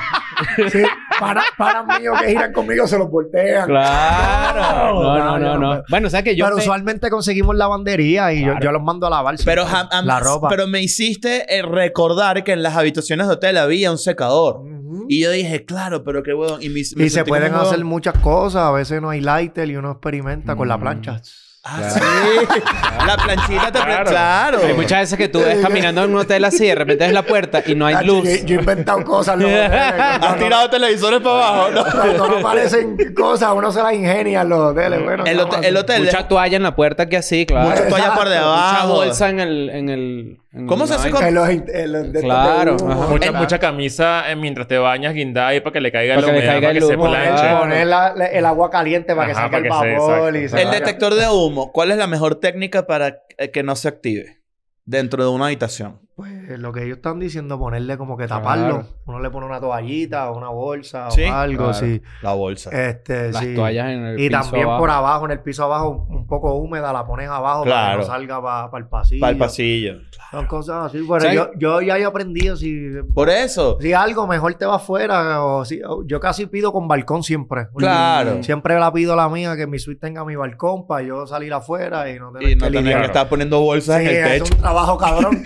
Sí, para, para mío que giran conmigo se los voltean. Claro. No, no, no, no. pero- Bueno, o sea que yo pero me- usualmente conseguimos lavandería y yo- yo, los mando a lavar. Pero, siempre, jam- am- la ropa. pero me hiciste eh, recordar que en las habitaciones de hotel había un secador. Ujú. Y yo dije, claro, pero qué huevón. Y, me- me Y se sentí pueden como un hacer huevón. muchas cosas. A veces no hay lighter y uno experimenta con la Mm. plancha. Ah, sí. la planchita te Claro. claro. claro. Hay muchas veces que tú ves caminando en un hotel así, de repente ves la puerta y no hay Ah, luz. Yo, yo he inventado cosas. los hoteles, no, Has no, tirado televisores para abajo, ¿no? no, no, no parecen cosas. Uno se las ingenia en los Mm. hoteles. Bueno, El, estamos hotel, el así. hotel. Mucha toalla en la puerta que así, claro. muchas toallas por Mucha debajo. bolsa en el... En el en ¿Cómo se la hace vaina. con- En los, en los de estos de Claro, humo, ajá. Mucha, ¿no? mucha camisa eh, mientras te bañas guindada ahí para que le caiga Para la que le humedad, caiga para el que se humo, Ah, planche. claro. Poner la- la- el agua caliente para Ajá, que para salga que el se- vapor. exacto. y se El vaya. detector de humo. ¿Cuál es la mejor técnica para eh, que no se active dentro de una habitación? Pues lo que ellos están diciendo, ponerle como que taparlo. Claro. Uno le pone una toallita o una bolsa Sí, o algo claro. así. La bolsa. Este, Las sí. toallas en el Y piso también abajo. por abajo, en el piso abajo, un un poco húmeda, la pones abajo para que Claro. no salga para el pasillo. Para el pasillo. Son cosas así. Pero ¿Sabes? yo, yo ya he aprendido si, Por eso. si algo mejor te va afuera. O si, o- yo casi pido con balcón siempre. Claro. Siempre la pido la mía, que mi suite tenga mi balcón para yo salir afuera y no tener Y que no tener lidiar. que estar poniendo bolsas Sí, en el es techo. un trabajo cabrón.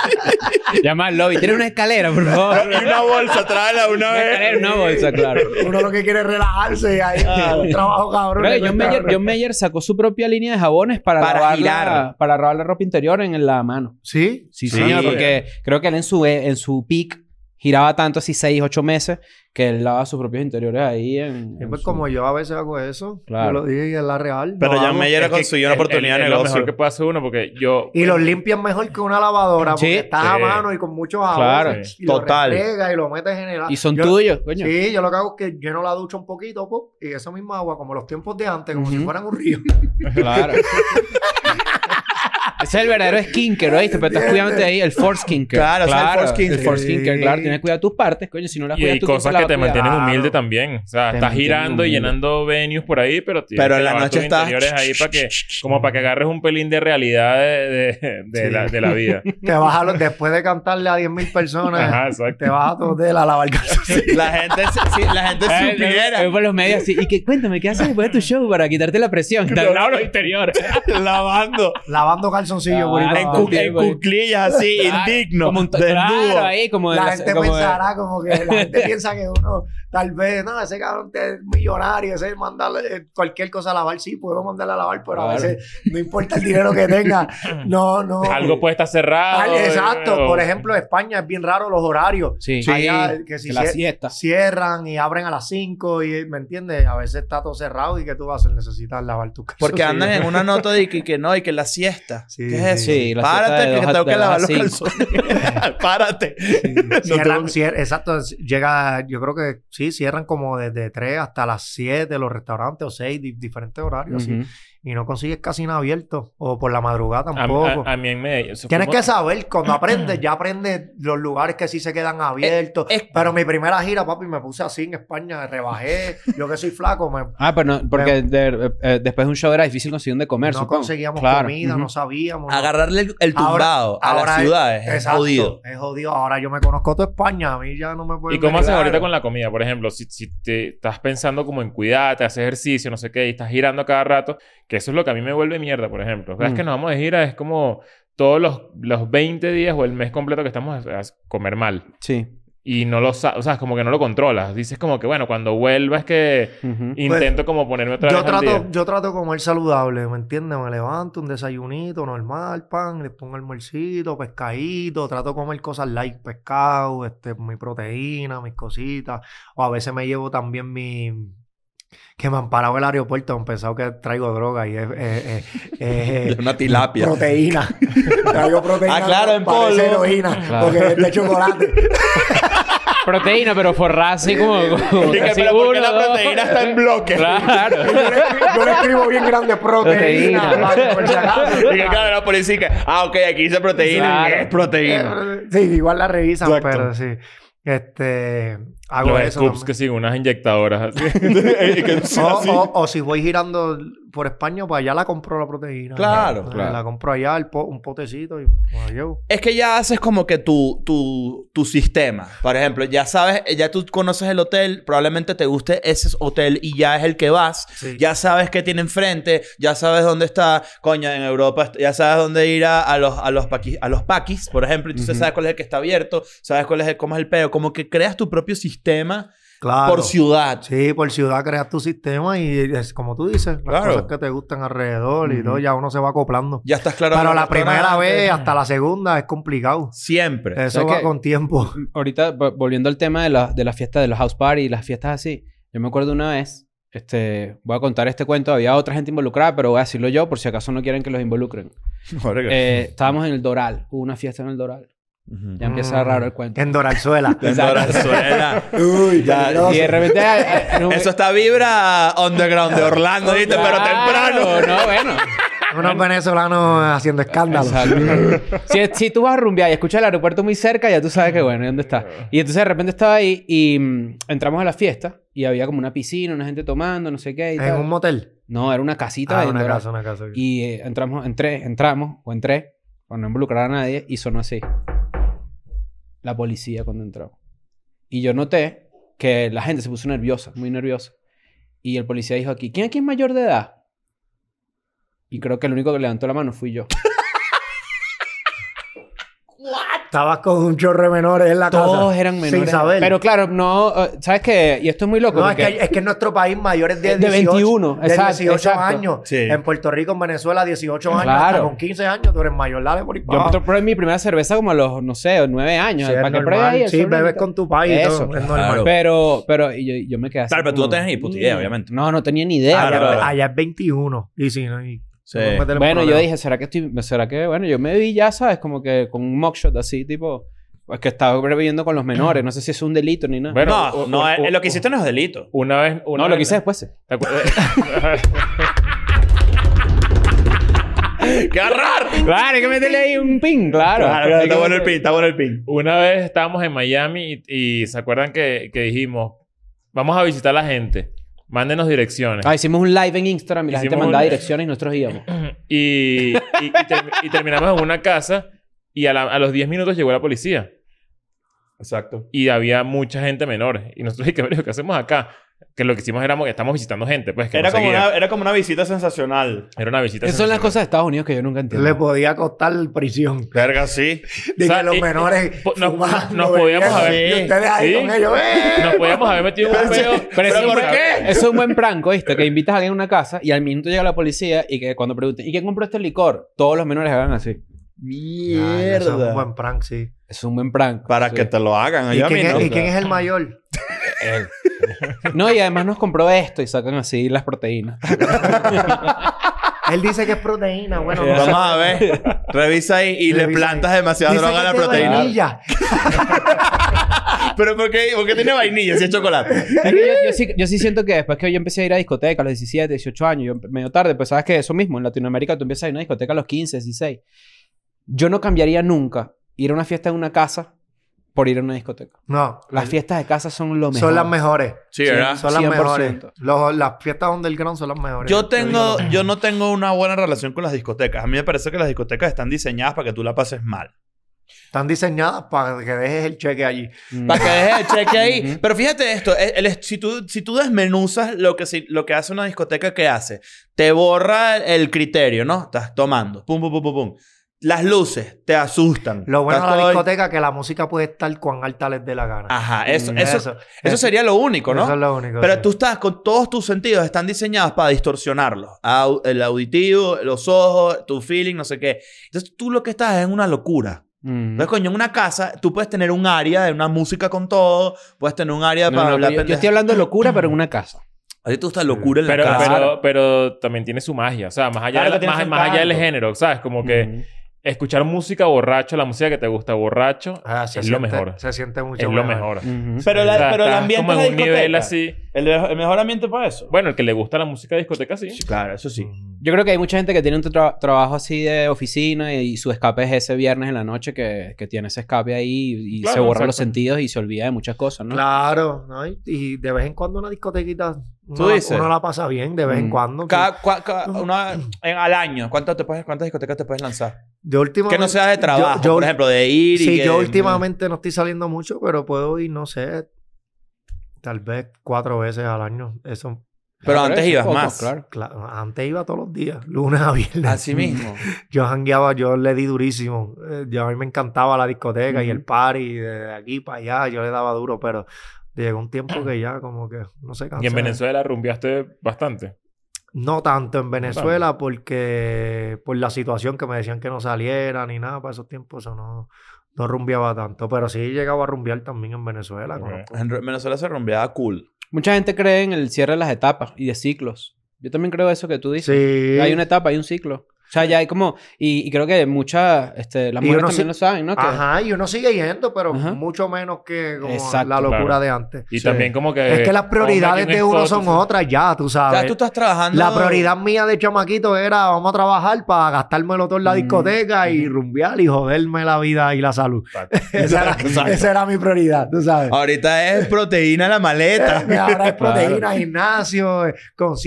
Llama al lobby. Tiene una escalera, por favor. Y una bolsa, tráela una Una vez. escalera, una bolsa, claro. Uno lo que quiere es relajarse y ahí Ah. un trabajo cabrón. Claro, le John, cuesta, Mayer, cabrón. John Mayer sacó su propia línea de jabones para, Para lavar La, girar. para lavar la ropa interior en la mano. ¿Sí? Sí, Sí. señor, porque creo que él en su, en su peak giraba tanto, así 6, 8 meses, que él lavaba sus propios interiores ahí en... Y en pues su- como yo a veces hago eso, Claro. yo lo dije y es la real. Pero lo ya hago. me llega Es que consiguió una el- el- oportunidad de es negocio. lo mejor que puede hacer uno porque yo... Y los limpias mejor que una lavadora Sí. porque estás a Sí. mano y con mucho jabón. Claro. y lo Total. restregas y lo metes en el... Y son Ah, Yo- tuyos, coño. Sí, yo lo que hago es que lleno la ducha un poquito pop, y esa misma agua, como los tiempos de antes, como si Ujú. fueran un río. Claro. Ese es el verdadero skinker, ¿oíste? Pero estás cuidándote ahí el force skinker. Claro, o sea, el foreskinker. El foreskinker, Sí. claro. Tienes que cuidar tus partes, coño. Si no las Y cuidas hay tú, cosas ¿quién que las va te a cuidar? mantienen Claro. humilde también. O sea, Te estás mantienen girando y humilde. llenando venues por ahí, pero tienes Pero que en la lavar noche tus estás- interiores ahí para que... Como para que agarres un pelín de realidad de, de- de Sí. la, de la vida. Te vas a los- después de cantarle a 10.000 personas, Ajá, exacto. te vas a tu hotel a lavar calzoncillos. La gente, se- si la gente Eh, supiera. eh, eh, por los medios así. Y que cuéntame, ¿qué haces después de tu show para quitarte la presión? Te lavo los interiores. lavando. Lavando calzoncillos. Ah, por ahí para en abajo. cu- ok, en bueno. cuclillas así, Claro, indigno. Como un to- desnudo. claro, ahí, como en la la- gente como de- pensará como que la gente piensa que uno tal vez no ese cabrón es millonario ese mandarle eh, cualquier cosa a lavar sí puedo mandarle a lavar pero a Claro. veces no importa el dinero que tenga no no Algo puede estar cerrado. Al- exacto eh, o- por ejemplo España es bien raro los horarios Sí. Allá, que que si la cier- siesta. cierran y abren a las 5 y me entiendes a veces está todo cerrado y que tú vas a hacer? necesitas lavar tu casa Porque andan en una nota de que, que no, y que la siesta. Sí, ¿Qué es eso? sí, la siesta de Párate, dos que a- tengo que de dos a lavar los cinco. calzones. Párate. No Cierran, tengo- cier- exacto, c- llega, yo creo que sí, cierran como desde 3 hasta las 7 los restaurantes o 6, diferentes horarios. así. Ujú. y no consigues casi nada abierto. O por la madrugada A, tampoco. a- a mí en Medellín. eso fue Tienes como- que saber, cuando aprendes, ya aprendes los lugares que sí se Eh, quedan abiertos. es- Pero mi primera gira, papi, me puse así en España, rebajé. Yo que soy flaco, me, Ah, pero no, porque de- eh, después de un show era difícil conseguir de comer, no supongo. conseguíamos Claro, comida, ujú. no sabíamos. no- Agarrarle el, el Ahora- tumbado a ahora las es- ciudades es Exacto, jodido. Es jodido. Ahora yo me conozco toda España. A mí ya no me pueden... ¿Y cómo haces haces ahorita con la comida? Por ejemplo, si, si te estás pensando como en cuidarte, hacer ejercicio, no sé qué, y estás girando a cada rato, que eso es lo que a mí me vuelve mierda, por ejemplo. Cada vez Mm. que nos vamos de gira es como todos los, los 20 días o el mes completo que estamos a, a comer mal. Sí. Y no lo sabes, o sea, es como que no lo controlas. Dices como que, bueno, cuando vuelva es que Ujú. Pues, intento como ponerme otra Yo vez al trato, día. yo trato de comer saludable, ¿me entiendes? Me levanto, un desayunito normal, pan, después un almuercito, pescadito. Trato de comer cosas light, pescado, este, mi proteína, mis cositas. O a veces me llevo también mi... Que me han parado en el aeropuerto, han pensado que traigo droga y es... es- es- es- Es una tilapia. Proteína. Traigo proteína. Ah, claro, en parece polvo. heroína, Claro. porque es de chocolate. Proteína, pero forrada así como... como Dije, así, pero ¿por qué uno, la dos? proteína está en bloque? Claro. Yo le, escri- yo le escribo bien grande proteína. Proteína. vale, por si acaso. Dije, claro, la policía que, ah, ok, aquí dice proteína. Claro. Es proteína. Eh, Sí, igual la revisan, Exacto. pero sí. Este, hago Los eso. scoops también. que siguen unas inyectadoras. así. O, o- o si voy girando por España, pues allá la compro la proteína. Claro, Eh, claro. La compro allá, el po- un potecito y me la llevo. Es que ya haces como que tu, tu, tu sistema. Por ejemplo, ya sabes, ya tú conoces el hotel, probablemente te guste ese hotel y ya es el que vas. Sí. Ya sabes qué tiene enfrente, ya sabes dónde está, coño, en Europa, est- ya sabes dónde ir a, a los, a, los paquis, a los paquis, por ejemplo, entonces Ujú. sabes cuál es el que está abierto, sabes cuál es el, cómo es el pedo. Como que creas tu propio sistema Claro. por ciudad. Sí, por ciudad creas tu sistema y es como tú dices, las Claro. cosas que te gustan alrededor y Ujú. todo, ya uno se va acoplando. Ya estás claro. Pero en los la primera restaurantes. vez hasta Eh, la segunda es complicado. Siempre. Eso ¿Sabes va qué? con tiempo. Ahorita, vo- volviendo al tema de la, de la fiesta, de los house party y las fiestas así. Yo me acuerdo una vez, este, voy a contar este cuento, había otra gente involucrada, pero voy a decirlo yo por si acaso no quieren que los involucren. Eh, estábamos en el Doral, hubo una fiesta en el Doral. Ujú. Ya empieza Mm. raro el cuento. En Doralzuela. En Venezuela. Uy, ya- peligroso. Y de repente... eh, eh, no- Eso está vibra underground de Orlando, ¿viste? Pero temprano. Claro, No, bueno. Unos venezolanos haciendo escándalos. Exacto. si, si tú vas a rumbear y escuchas el aeropuerto muy cerca, ya tú sabes que bueno, ¿y ¿dónde está? Y entonces de repente estaba ahí y mm, entramos a la fiesta y había como una piscina, una gente tomando, no sé qué. Y En tal. un motel. No, era una casita. Ah, de una Doral. casa, una casa. Y eh, entramos, entré, entramos, o entré, para no involucrar a nadie, y sonó así. La policía cuando entramos. Y yo noté que la gente se puso nerviosa, muy nerviosa. Y el policía dijo aquí, ¿quién aquí es mayor de edad? Y creo que el único que levantó la mano fui yo. Estabas con un chorro de menores en la Todos casa. eran sin menores. saber. Pero claro, no, eh, ¿sabes qué? Y esto es muy loco. No, es porque- que, es que en nuestro país mayores de De 18, 21, de exacto, 18 exacto. años. Sí. En Puerto Rico, en Venezuela, 18 años. Claro. hasta Con 15 años tú eres mayor. Dale por ahí para Yo abajo. me probé mi primera cerveza como a los, no sé, nueve años. Ah. Sí, es ¿Para qué normal. pruebas ahí? Sí, Eso es bebes bonito. con tu país. y Eso. todo, es normal. Claro. Pero, pero y yo, yo me quedé así. Claro, pero tú no como, tenías ni puta idea, "Mm". obviamente. No, no tenía ni idea. Claro, allá, claro. allá es 21. Y si no, y- Sí. no meterle Bueno, yo problema. dije, ¿será que estoy, será que, bueno, yo me vi ya, ¿sabes? Como que con un mugshot así, tipo, pues que estaba bebiendo con los menores, no sé si es un delito ni nada. Bueno, no, o- no, o- eh, o- lo que hiciste no es delito. Una vez... Una no, lo vez- que hice después. sí. ¿Te acuerdas? ¡Qué raro! Claro, hay que meterle ahí un pin, claro. está bueno el pin, está bueno el pin. Una vez estábamos en Miami y, y se acuerdan que, que dijimos, vamos a visitar a la gente, mándenos direcciones. Ah, hicimos un live en Instagram y la gente Hicimos mandaba un- direcciones y nosotros íbamos. Y, y- y ter- y terminamos en una casa y a, la- a los 10 minutos llegó la policía Exacto. y había mucha gente menor. Y nosotros dijimos, "Marico, ¿qué hacemos acá? Que lo que hicimos era que estamos visitando gente, pues que Era nos como, seguía. una, era como una visita sensacional. Era una visita. Esas son las sensacional. cosas de Estados Unidos que yo nunca entiendo. Le podía costar prisión. Verga, sí. De sea, que los y- menores. po- nos- fumando, nos podíamos bebiendo, haber- Y ustedes ahí sí. con ellos. ¡eh! Nos podíamos haber metido en un peo. Pero eso, sin es un- saber. eso es un buen pranco, ¿viste? Que invitas a alguien a una casa y al minuto llega la policía y que cuando pregunten, ¿y quién compró este licor? Todos los menores hagan así. Eso Ah, eso es un Mierda. buen prank, sí. es un buen pranco. Para sí. que te lo hagan ¿Y allá quién, mismo. es, y quién es el mayor? No, y además nos compró esto y sacan así las proteínas. Él dice que es proteína. Bueno, no sé. Vamos a ver. Revisa ahí y le Revisa ahí. plantas demasiada Dice droga a que la es de proteína. vainilla. Pero ¿por qué, por qué tiene vainilla si es chocolate? Es que yo, yo sí, yo sí siento que después que yo empecé a ir a discoteca a los 17, 18 años, yo medio tarde, pues sabes que eso mismo, en Latinoamérica tú empiezas a ir a una discoteca a los 15, 16. Yo no cambiaría nunca ir a una fiesta en una casa por ir a una discoteca. No. Las fiestas de casa son lo mejor. Son las mejores. Sí, ¿verdad? Son las 100%. mejores. Los- las fiestas underground son las mejores. Yo digo tengo, lo mismo. yo no tengo una buena relación con las discotecas. A mí me parece que las discotecas están diseñadas para que tú la pases mal. Están diseñadas para que dejes el cheque allí. Mm. Para que dejes el cheque ahí. Ujú. Pero fíjate esto, eh, el- el- si, tú, si tú desmenuzas lo que, si- lo que hace una discoteca, ¿qué hace? Te borra el, el criterio, ¿no? Estás tomando. Pum, pum, pum, pum, pum. Las luces te asustan. Lo bueno de Estás la todo ahí. discoteca es que la música puede estar cuan alta les dé la gana. Ajá, eso, Mm, Ah, eso, eso, Eso. sería lo único, ¿no? Eso es lo único. Pero sí. tú estás con todos tus sentidos, están diseñados para distorsionarlos. Au- el auditivo, los ojos, tu feeling, no sé qué. Entonces tú lo que estás es en una locura. Mm. Entonces, coño, en una casa tú puedes tener un área de una música con todo, puedes tener un área No, para no, hablar yo, yo pendeja. estoy hablando de locura, pero en una casa. A ti te gusta locura en la Pero, casa. pero, pero también tiene su magia. O sea, más allá, Claro que de tiene la- más, su más allá del encanto. género, ¿sabes? Como que Mm. escuchar música borracho, la música que te gusta borracho, Ah, se es lo siente- mejor. Se siente mucho es lo mejor. Mm. Ujú. Pero la- O sea, pero el estás ambiente como de en un discoteca. nivel así. ¿El, el mejor ambiente para eso. Bueno, el que le gusta la música de discoteca, sí. Sí, claro, eso sí. Mm. Yo creo que hay mucha gente que tiene un tra- trabajo así de oficina y, su escape es ese viernes en la noche que, que tiene ese escape ahí y, y Claro, se borra los exacto. sentidos y se olvida de muchas cosas, ¿no? Claro, ¿no? Y- Y de vez en cuando una discotequita. ¿Tú uno, la- dices? uno la pasa bien de vez en Mm. cuando. Cada- cua- cada- una- en- al año, ¿cuántas, te puedes- ¿cuántas discotecas te puedes lanzar? de última Que no seas de trabajo, por ejemplo, de ir y Sí, que- yo últimamente no estoy saliendo mucho, pero puedo ir, no sé, tal vez cuatro veces al año. Eso, Pero Ah, antes eso es ibas poco, más. Claro. claro, antes iba todos los días, lunes a viernes. Así mismo. Yo jangueaba, yo le di durísimo. Eh, yo- a mí me encantaba la discoteca y el Ujú. party de aquí para allá, yo le daba duro, pero llegó un tiempo que ya como que no sé. Y en Venezuela rumbiaste bastante. No tanto en Venezuela porque por la situación que me decían que no saliera ni nada para esos tiempos, eso no, no rumbeaba tanto. Pero sí llegaba a rumbear también en Venezuela. Ok. conozco. En Re- Venezuela se rumbeaba cool. Mucha gente cree en el cierre de las etapas y de ciclos. Yo también creo eso que tú dices. Sí. Hay una etapa, hay un ciclo. O sea, ya hay como... Y, y creo que muchas... Este, las Y mujeres uno también sí- lo saben, ¿no? Que- Ajá, y uno sigue yendo, pero Ajá. mucho menos que como Exacto, la locura claro. de antes. Y eh, Sí. también como que... es que las prioridades de uno son otras ya, tú O sabes. sea, tú estás trabajando... La prioridad mía de chamaquito era vamos a trabajar para gastármelo todo en la Mm, discoteca y rumbear y joderme la vida y la salud. otras. Esa era, Exacto. esa era mi prioridad, tú sabes. Ahorita es proteína en la maleta. Y ahora es Claro. proteína, gimnasio, eh,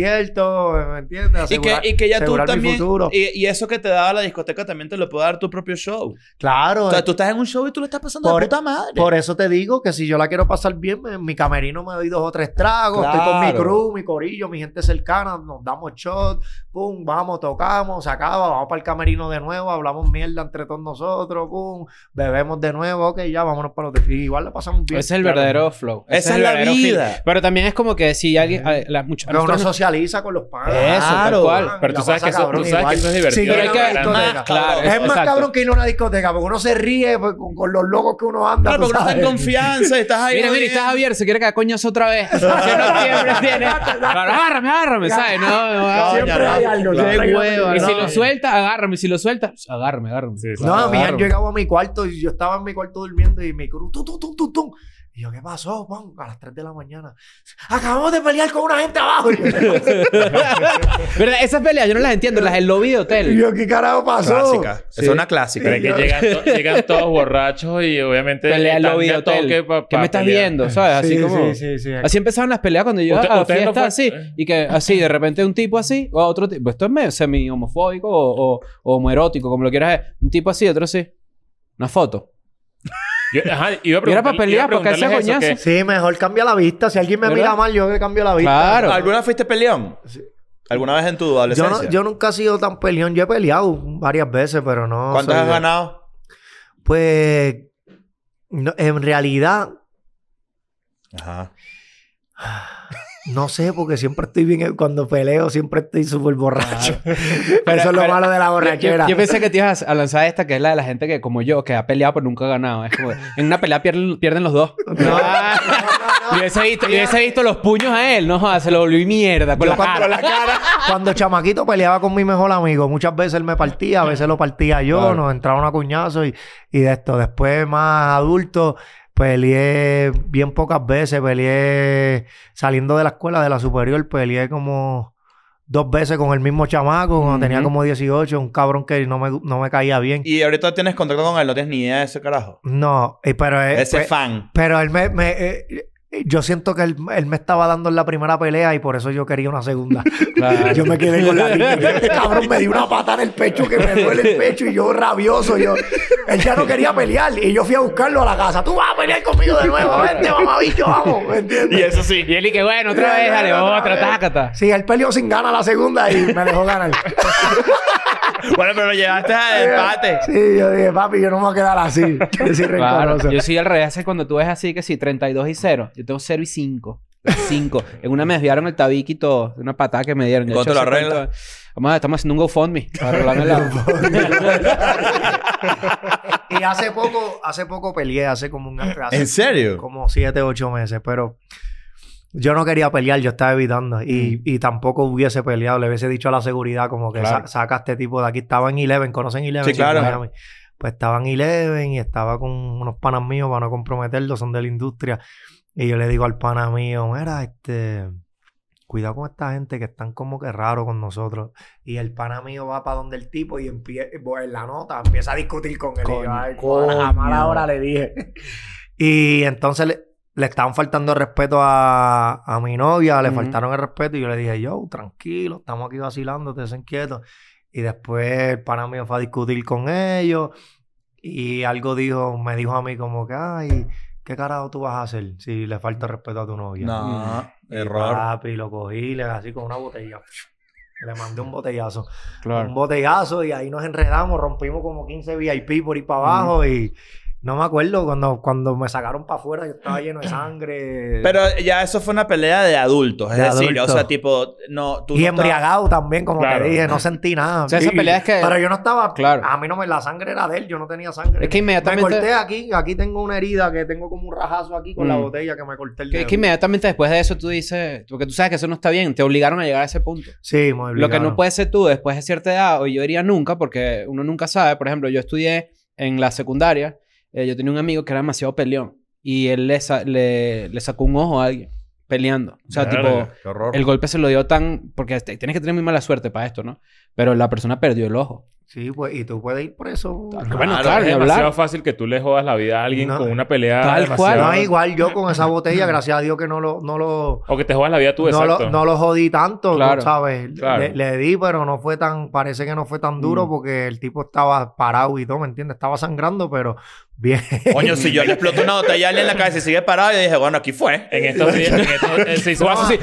conciertos, eh, ¿me entiendes? Y que, Asegurar- y que ya tú asegurar mi también... futuro. Y, y eso que te daba la discoteca también te lo puede dar tu propio show. Claro, O sea, eh, tú estás en un show y tú lo estás pasando Por- de puta madre. por eso te digo que si yo la quiero pasar bien, me- en mi camerino me doy dos o tres tragos, estoy con mi Claro. crew, mi corillo, mi gente cercana, nos damos shot, pum, vamos, tocamos, se acaba, vamos para el camerino de nuevo, hablamos mierda entre todos nosotros, pum, bebemos de nuevo, ok, ya vámonos para los... y Igual la pasamos bien. Ese es el Claro. verdadero flow. Ese Esa es el la verdadero feeling. vida. Pero también es como que si alguien... a- la- mucha- a Pero uno nosotros- socializa con los padres. Eso, tal cual. Pero tú sabes que eso- tú sabes que eso es divertido. Pero hay que- discoteca. más, claro. Es más exacto. cabrón que ir a una discoteca, porque uno se ríe pues, con, con los locos que uno anda. Claro, tú porque no estás en sabes. confianza y estás ahí... Mira, mira, bien. está Javier, se quiere cagar coños otra vez. Si no siempre tiene. Claro, agárrame, agárrame, ¿sabes? No, no, Siempre Coño, hay no. algo. Claro. siempre hay Qué algo. hueva. Y si No. lo suelta, agárrame. Si lo suelta, pues, agárrame, agárrame. Sí, sí. No, a mí han Claro. llegado a mi cuarto y yo estaba en mi cuarto durmiendo y mi crew, tum, tum, tum, tum, tum. Y yo, ¿qué pasó, Juan? A las 3 de la mañana. Acabamos de pelear con una gente abajo. Y yo, ¿Verdad? Esas peleas yo no las entiendo, las del lobby de y hotel. yo, ¿qué carajo pasó? Clásica. Esa Es una clásica. Pero es que llegan, to- llegan todos borrachos y obviamente... Pelea del están lobby de de a toque hotel. pa- ¿Qué pa me estás pelear. viendo? ¿Sabes? Así Sí, como. sí, sí, sí. Así empezaban las peleas cuando yo Usted- a ustedes no fiestas fue- eh. así. Y que así, de repente un tipo así, o otro tipo. Esto es medio semi-homofóbico o, o, o homoerótico, como lo quieras ver. Un tipo así, otro así. Una foto. Yo- ajá, iba a Y era para preguntarle- iba a pelear, para que sea preguntarles eso, coñazo. que- Sí, mejor cambia la vista. Si alguien me ¿Verdad? mira mal, yo que cambio la vista. Claro. ¿Alguna fuiste peleón? Sí. ¿Alguna vez en tu Yo, adolescencia? no- yo nunca he sido tan peleón. Yo he peleado varias veces, pero no. ¿Cuántas soy has de- ganado? Pues. no, en realidad, Ajá. no sé, porque siempre estoy bien. Cuando peleo, siempre estoy súper borracho. Pero- Eso es lo pero- malo de la Yo- Yo, borrachera. yo pensé que te ibas a lanzar esta, que es la de la gente que, como yo, que ha peleado pero nunca ha ganado. Es como, en una pelea pierden, pierden los dos. no, Ah. no, Yo no. hubiese visto, yo hubiese visto los puños a él, no jodas, se lo volví mierda con Yo la cuando, cara. cuando chamaquito peleaba con mi mejor amigo, muchas veces él me partía, a veces lo partía yo, Claro. nos entraba una cuñazo y, y de esto. Después, más adulto, Peleé bien pocas veces, peleé saliendo de la escuela, de la superior, peleé como dos veces con el mismo chamaco, cuando tenía Ujú. como 18, un cabrón que no me, no me caía bien. Y ahorita tienes contacto con él, no tienes ni idea de ese carajo. No, eh, pero... eh, ese pues, fan. Pero él me... me, eh, eh, yo siento que él, él me estaba dando en la primera pelea y por eso yo quería una segunda. Claro. Ah, Yo me quedé con la primera. Este cabrón me dio una patada en el pecho que me duele el pecho y yo rabioso. Yo, él ya no quería pelear y yo fui a buscarlo a la casa. Tú vas a pelear conmigo de nuevo. Vente, mamabicho, vamos. ¿Me entiendes? Y eso sí. Y él y que bueno, otra vez, dale, otra, tácata. Sí, él peleó sin ganas la segunda y me dejó ganar. Bueno, pero lo llevaste al empate. Sí, yo dije, papi, yo no me voy a quedar así. Yo soy Claro, rencoroso. yo soy al revés. es Cuando tú ves así que sí, 32 y 0. Yo tengo 0 y 5. 5. En una me desviaron el tabique y todo. Una patada que me dieron. Yo ¿Cómo he te lo hecho ese arreglas? cuento. Vamos, a- estamos haciendo un GoFundMe. para arreglarme la- Y hace poco, hace poco peleé, hace como un hace ¿En serio? como siete, ocho meses, pero yo no quería pelear, yo estaba evitando y, Mm. y tampoco hubiese peleado, le hubiese dicho a la seguridad como que Claro. sa- saca a este tipo de aquí, estaba en Eleven, ¿conocen Eleven? Sí, claro. en Miami. Pues estaba en Eleven y estaba con unos panas míos para no comprometerlos, son de la industria. Y yo le digo al pana mío, mira, este, cuidado con esta gente que están como que raro con nosotros. Y el pana mío va para donde el tipo y empie- bueno, en la nota empieza a discutir con él. y yo, "Ay, coño, a mala hora le dije. y entonces le, le estaban faltando el respeto a, a mi novia, le Ujú. faltaron el respeto y yo le dije, yo, tranquilo, estamos aquí vacilando, te quietos. Y después el pana mío fue a discutir con ellos y algo dijo, me dijo a mí como que, ay, ¿qué carajo tú vas a hacer si le falta respeto a tu novia? No, Y error. Papi, lo cogí, le así con una botella. Le mandé un botellazo. Un Claro. botellazo y ahí nos enredamos, rompimos como 15 VIP por ir para abajo y no me acuerdo cuando, cuando me sacaron para afuera, yo estaba lleno de sangre. Pero ya eso fue una pelea de adultos. Es De decir, adultos. o sea, tipo, no, tú y no estabas- embriagado también, como Claro. te dije, no sentí nada. O sea, esa Y- pelea es que- Pero yo no estaba... Claro. A mí no me... La sangre era de él, yo no tenía sangre. Es que inmediatamente- Me corté aquí, aquí tengo una herida que tengo como un rajazo aquí con la Mm. botella que me corté el Que, dedo. que inmediatamente después de eso tú dices, porque tú sabes que eso no está bien, te obligaron a llegar a ese punto. Sí, muy Lo que no puedes ser tú después de cierta edad, o yo diría nunca, porque uno nunca sabe. Por ejemplo, yo estudié en la secundaria, eh, yo tenía un amigo que era demasiado peleón y él le, sa- le, le sacó un ojo a alguien peleando. O sea, Verga. tipo, Qué horror. el golpe se lo dio tan. Porque te- tienes que tener muy mala suerte para esto, ¿no? Pero la persona perdió el ojo. Sí, pues, y tú puedes ir preso. Ah, bueno, Claro, claro, Es ni demasiado hablar. fácil que tú le jodas la vida a alguien No. con una pelea. Tal cual. No, demasiado- igual yo con esa botella, gracias a Dios que no lo, no lo, O que te jodas la vida tú, no exacto. lo, no lo jodí tanto, tú Claro, ¿sabes? claro. Le, le di, pero no fue tan, parece que no fue tan duro Mm. porque el tipo estaba parado y todo, ¿me entiendes? Estaba sangrando, pero bien. Coño, si yo le exploto una botella a alguien en la cabeza y sigue parado, yo dije, bueno, aquí fue. En estos días... en estos- eh, se hizo así.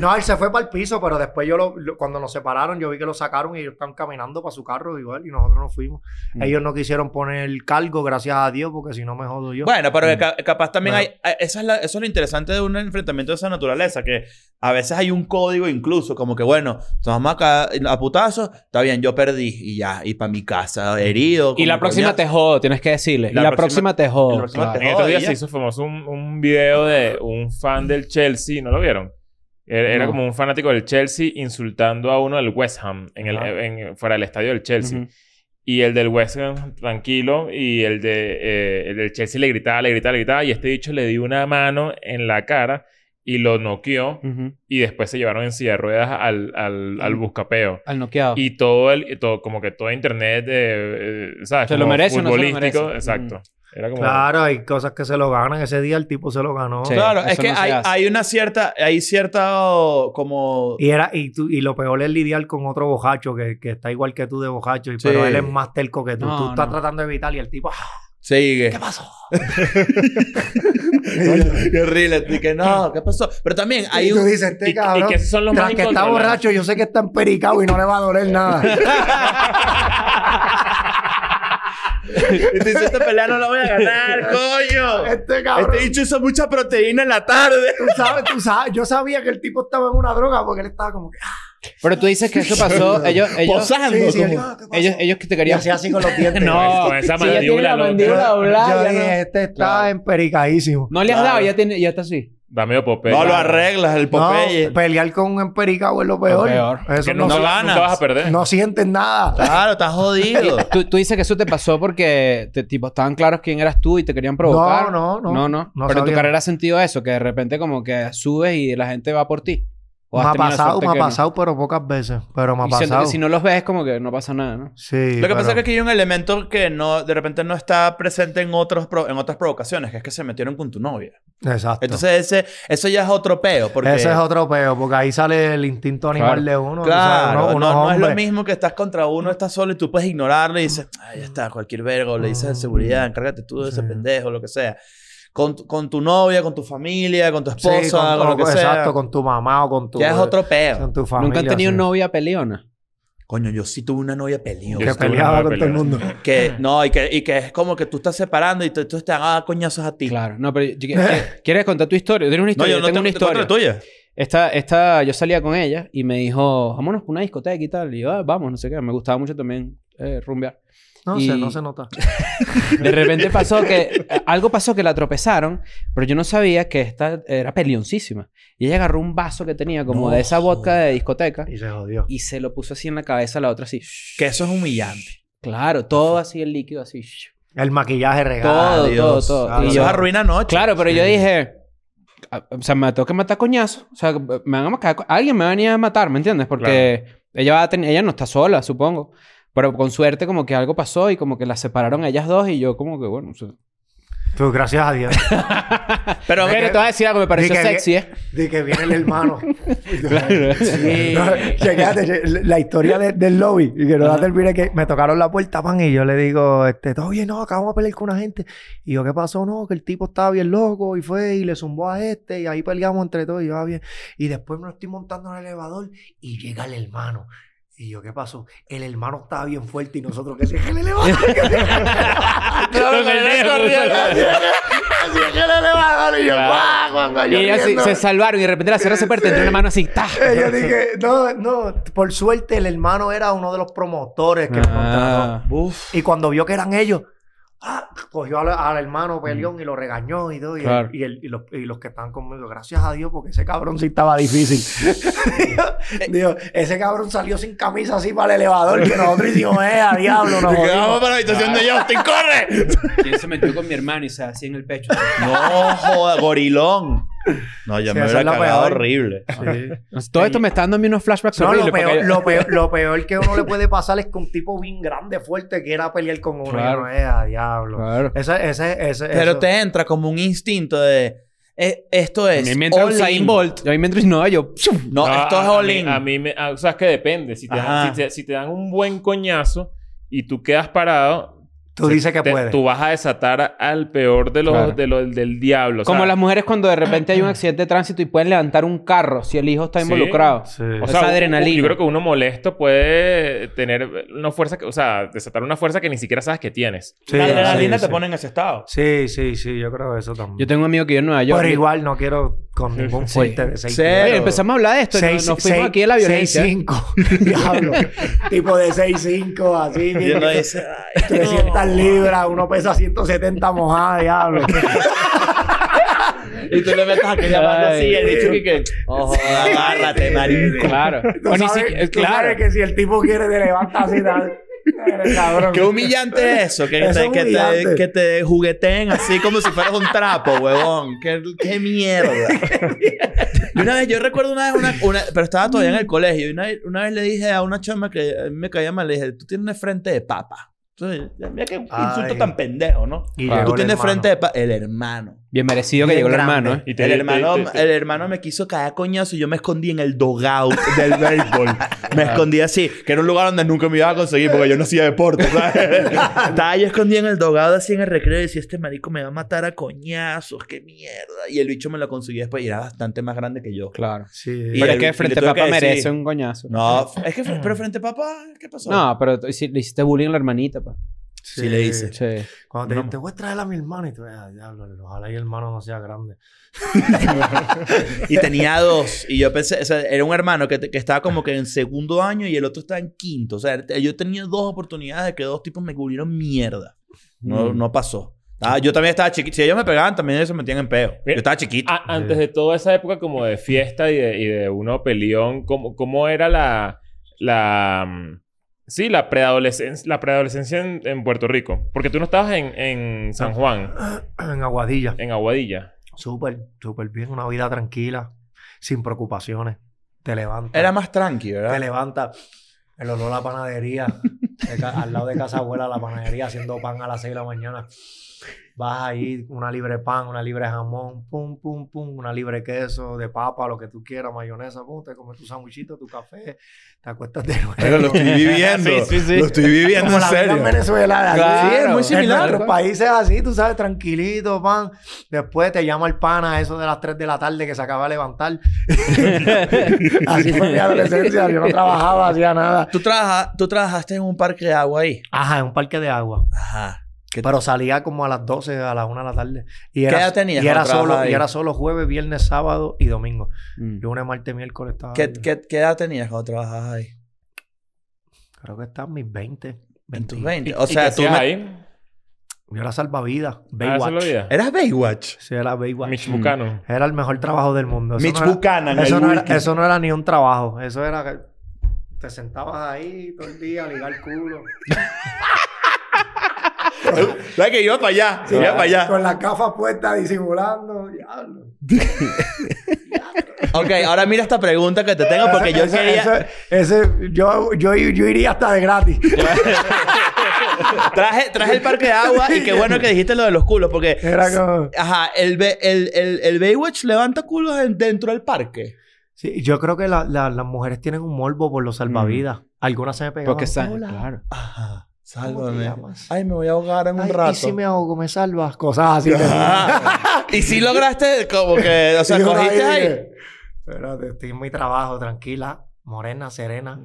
No, él se fue para el piso, pero después yo lo, lo- cuando nos separaron, yo vi que lo sacaron y ellos están caminando para su carro igual y nosotros nos fuimos. Mm. Ellos no quisieron poner cargo, gracias a Dios, porque si no me jodo yo. Bueno, pero ca- capaz también Mm. Bueno. hay... hay- Eso es, la- eso es lo interesante de un enfrentamiento de esa naturaleza, que a veces hay un código incluso, como que, bueno, tomamos acá a putazos, está bien, yo perdí y ya, y para mi casa, herido. Y la próxima te jodo, tienes que decirle. La y la próxima- próxima, te jodo. la próxima claro. En estos días Joder, se hizo famoso un, un video de un fan del Chelsea, ¿no lo vieron? Era, era No. como un fanático del Chelsea insultando a uno del West Ham en el, eh, Ajá. en- fuera del estadio del Chelsea. Ujú. Y el del West Ham tranquilo y el, de, eh, el del Chelsea le gritaba, le gritaba, le gritaba y este dicho le dio una mano en la cara y lo noqueó Ujú. y después se llevaron en silla de ruedas al, al, al Mm. buscapeo. Al noqueado. Y todo el, y todo, como que todo internet, eh, eh, ¿sabes? ¿Se lo Como merece o no se lo futbolístico, merece? Exacto. Era como... Claro, hay cosas que se lo ganan. Ese día el tipo se lo ganó. Sí. Claro, eso es que no se hay, hace. hay una cierta... Hay cierta oh, como... Y, era, y, tú- y lo peor es lidiar con otro bojacho que, que está igual que tú de bojacho, y Sí. pero él es más terco que tú. No, tú estás no. tratando de evitar y el tipo, "Ah, Sigue. ¿qué pasó? Qué horrible. Y que no, ¿qué pasó? Pero también hay y tú un... dices, este Y- y cabrón, que esos son los tras más que está incontrolables. borracho, yo sé que está empericado y no le va a doler nada. Y tú dices, esta pelea no la voy a ganar, coño. este cabrón, Este dicho hizo mucha proteína en la tarde. tú sabes, tú sabes, yo sabía que el tipo estaba en una droga porque él estaba como que, ah, Pero tú dices que eso pasó. ellos, ellos, Posando. sí, sí, como- él, ah, ¿qué pasó? ellos, ellos que te y querían. hacía así con los dientes. No, Con esa si ya tiene mandíbula la loca. mandíbula doblada, yo ya no- dije, este está Claro. empericadísimo. No le has Claro. dado, ya, tiene, ya está así. Da medio Popeye. No lo arreglas, el pues, Popeye. No, pelear con un empericado es lo peor. peor. Eso Que no, no, no no, ganas. ganas. Nunca vas a perder. sientes nada. Claro, estás jodido. ¿Tú, tú dices que eso te pasó porque te, tipo, estaban claros quién eras tú y te querían provocar. No, no, no. No, No Pero tu sabía. carrera ha sentido eso, que de repente como que subes y la gente va por ti. ¿O Me has ha tenido la pasado, suerte me ha que no? pasado, pero pocas veces. Pero me ha Y siento pasado. que si no los ves, como que no pasa nada, ¿no? Sí. Lo que pasa es que aquí hay un elemento que no, de repente no está presente en, otros pro- en otras provocaciones, que es que se metieron con tu novia. Exacto. Entonces, ese, eso ya es otro peo. Porque, Ese es otro peo, porque ahí sale el instinto animal de uno. tú sabes, Claro, uno- no, unos no es lo hombres. mismo que estás contra uno, estás solo y tú puedes ignorarlo y dices, ah, ya está, cualquier vergo, le dices de seguridad, encárgate tú de ese Mm, Sí. pendejo, lo que sea. Con, tu- con tu novia, con tu familia, con tu Sí, esposa, con, con, lo que sea. exacto, con tu mamá o con tu. ya es otro peo. con tu familia. Nunca han tenido sí. novia peleona. Coño, yo sí tuve una novia peleona. Yo Que estuve en peleaba una con todo el pelea. mundo. Que, no, y que, y que es como que tú estás separando y tú, tú te hagas coñazos a ti. Claro. No, pero yo- ¿qué- ¿quieres contar tu historia? Yo tengo una No, historia. yo no tengo una te- te cuento historia. la tuya. Esta, esta, yo salía con ella y me dijo, vámonos por una discoteca y tal. Y yo, "Ah, vamos, no sé qué. Me gustaba mucho también eh, rumbear. No Y- sé, no se nota. De repente pasó que, algo pasó que la tropezaron, pero yo no sabía que esta era peleoncísima. Y ella agarró un vaso que tenía como No de esa vodka de discoteca Y se jodió. y se lo puso así en la cabeza a la otra así. Que eso es humillante. Claro, todo así el líquido así. El maquillaje Todo, regalo. Dios. todo, todo. Ah, Y eso yo- es arruina noche. Claro, pero yo dije, "Ah, o sea, me tengo que matar coñazo. O sea, me van a matar, co- alguien me va a venir a matar, ¿me entiendes? Porque ella, va a ten- ella no está sola, supongo. Pero con suerte como que algo pasó y como que las separaron a ellas dos y yo como que, bueno, o sea- Tú, gracias a Dios. Pero Pero, te voy a decir algo, me pareció Dije que- sexy, ¿eh? De que viene el hermano. Sí. No, chequéate, che- la historia de- del lobby. Y que no la termine que me tocaron la puerta, pan, y yo le digo, este, todo bien, no, acabamos de pelear con una gente. Y yo, ¿qué pasó? No, que el tipo estaba bien loco y fue y le zumbó a este y ahí peleamos entre todos y yo, ah, bien. Y después me estoy montando en el elevador y llega el hermano. Y yo, ¿qué pasó? El hermano estaba bien fuerte y nosotros, que se el elevador. que se- Con el dedo. que el elevador. Y yo, "Ah, cuando Y yo ellas se, viendo- se salvaron y de repente la cerró se puerta, entró una mano así, ¡tah! eh, yo dije, no, no. Por suerte, el hermano era uno de los promotores que lo contrató. Ah. Uf. Y cuando vio que eran ellos, ah, cogió al, al hermano peleón y lo regañó y todo. Y, el- Mm. Claro. y, el- y los, y los que estaban conmigo, gracias a Dios, porque ese cabrón sí estaba difícil. digo, digo, ese cabrón salió sin camisa así para el elevador que nosotros hicimos, eh, a diablo, nos Así que jodimos". "Ah, vamos para la habitación de Justin, corre. ¿Quién se metió con mi hermano y se así en el pecho? No, joda, gorilón. No, ya Sí, me eso hubiera es lo cagado peor. horrible. Todo esto me está dando a mí unos flashbacks No, lo horribles, porque peor, yo- lo, peor, lo peor que uno le puede pasar es que un tipo bien grande, fuerte, quiera pelear con uno. Y Claro. uno, eh, a diablo. Claro. Ese, ese, ese, Pero eso- te entra como un instinto de... eh, esto es... A mí me entra all Usain in. Bolt. Yo a mí me entra y no, yo... No, No, esto a- es a all mí- in. A mí, me... ah, o sea, es que depende. Si te, Ajá. dan, si, te, si te dan un buen coñazo y tú quedas parado... Tú se- dices que te- puedes. Tú vas a desatar a- al peor de los, Claro. de los- del diablo. o sea, Como las mujeres cuando de repente hay un accidente de tránsito y pueden levantar un carro si el hijo está Sí. involucrado. Sí. O Esa sea, u- adrenalina. Yo creo que uno molesto puede tener una fuerza, que, o sea, desatar una fuerza que ni siquiera sabes que tienes. Sí, la adrenalina sí, te sí. pone en ese estado. Sí, sí, sí, yo creo eso también. Yo tengo un amigo que vive en Nueva York. Pero Oye, igual no quiero con ningún Sí. fuerte de seis Cero. pies. pero- empezamos a hablar de esto. Seis- nos, nos fuimos seis- aquí de la violencia. 6'5", diablo. tipo de 6'5", así. Y uno mira, dice... "Ay, 300 libras, uno pesa 170 mojada, diablo. Y tú le metes a aquella mano así y el bicho que... que, "Oh, joda, agárrate, marico. Claro. Tú O ni sabes, siquiera- tú claro. sabes que si el tipo quiere te levanta así, tal. Eres cabrón. Qué humillante es eso, que, Eso te, es que, te, humillante. que te jugueteen así como si fueras un trapo, huevón. Qué, qué mierda. Y una vez, yo recuerdo una vez, una, una- pero estaba todavía en el colegio, y una, vez- una vez le dije a una chama que a mí me caía mal, le dije, tú tienes una frente de papa. Entonces, mira qué insulto Ay. tan pendejo, ¿no? Y Claro. llegó Tú el tienes hermano. frente de papa. El hermano. Bien merecido que Bien llegó el grande. hermano, ¿eh. Y te- El te- hermano, te- te- el hermano me quiso caer a coñazo y yo me escondí en el dogout del béisbol. me escondí así, que era un lugar donde nunca me iba a conseguir porque yo no hacía deporte, ¿sabes? Estaba yo escondido en el dogout así en el recreo y decía, este marico me va a matar a coñazos, qué mierda. Y el bicho me lo conseguí después y era bastante más grande que yo. ¿eh? Claro. Sí. Y Pero es el- que y Frente le tengo Papa que decir- merece un coñazo. No, f- es que, fue- pero frente a papá, ¿qué pasó? No, pero tú- si- le hiciste bullying a la hermanita, pa. Sí, le dice. Sí. Cuando te No. te voy a traer a mi hermano y tú, "Ah, diablo, ojalá y el hermano no sea grande. Y tenía dos. Y yo pensé, o sea, era un hermano que, te- que estaba como que en segundo año y el otro estaba en quinto. O sea, te- yo tenía dos oportunidades de que dos tipos me cubrieron mierda. No, Mm. no pasó. Ah, yo también estaba chiquito. Si ellos me pegaban, también ellos se metían en peo. Yo Mira, Ah. estaba chiquito. A- antes de toda esa época como de fiesta y de, y de uno peleón, ¿cómo, cómo era la... la mm, sí, la preadolescencia, la preadolescencia en, en Puerto Rico? Porque tú no estabas en, en San Juan, En Aguadilla. Eh. en Aguadilla. Súper, súper bien. Una vida tranquila, sin preocupaciones. Te levantas. Era más tranqui, Te ¿verdad? levantas. El olor a la panadería. de ca- al lado de casa abuela, la panadería, haciendo pan a las 6 de la mañana. Vas ahí, una libre pan, una libre jamón, pum, pum, pum, una libre queso, de papa, lo que tú quieras, mayonesa, pum, te comes tu samuchito, tu café, te acuestas de nuevo. Pero lo estoy viviendo. Sí, sí, sí. Lo estoy viviendo Como en la vida en serio. Venezuela. de aquí. Claro. Sí, es muy En similar. nuestros países así, tú sabes, tranquilito, pan. Después te llama el pan a eso de las 3 de la tarde que se acaba de levantar. así fue Mm. mi adolescencia. Yo no trabajaba, hacía nada. Tú, trabaja- tú trabajaste en un parque de agua ahí. Ajá, en un parque de agua. Ajá. ¿Qué- Pero salía como a las 12, a las 1 de la tarde. Y ¿Qué era, edad tenías Y era, cuando solo, trabajabas y ahí? era solo jueves, viernes, sábado y domingo. Mm. Lunes, martes, miércoles estaba. ¿Qué, libre. qué- qué edad tenías cuando trabajabas ahí? Creo que estaba en mis 20. En 20. tus 20. ¿Y- O y sea, qué tú hacías me- ahí? Yo era salvavidas. Ah, ¿esa es la Baywatch. vida? eras Baywatch. Sí, era Baywatch. Mitch Buchanan. Era el mejor trabajo del mundo. Eso Mitch no era- Buchanan, Eso el no, era, wiki. eso no era ni un trabajo. Eso era que te sentabas ahí todo el día a ligar culo. ¿Sabes que iba para allá? Iba para allá. Con las gafas puestas disimulando. Diablo. Ok, ahora mira esta pregunta que te tengo porque yo Ese- quería... ese- ese- yo, yo, yo iría hasta de gratis. Traje, traje el parque de agua y qué bueno que dijiste lo de los culos porque... Era como... Ajá, el, Be- el, el, el Baywatch levanta culos en- dentro del parque. Sí, yo creo que la- la- las mujeres tienen un morbo por los Mm. salvavidas. Algunas se me pegaban. Porque están... Hola. Claro. Ajá, ¿Cómo te sálvame. llamas? Ay, me voy a ahogar en un Ay, rato. Y si me ahogo, me salvas. Cosas así. Ajá. y si lograste, como que, o sea, Y yo cogiste ahí. dije, Espérate, estoy en mi trabajo, tranquila. Morena, serena.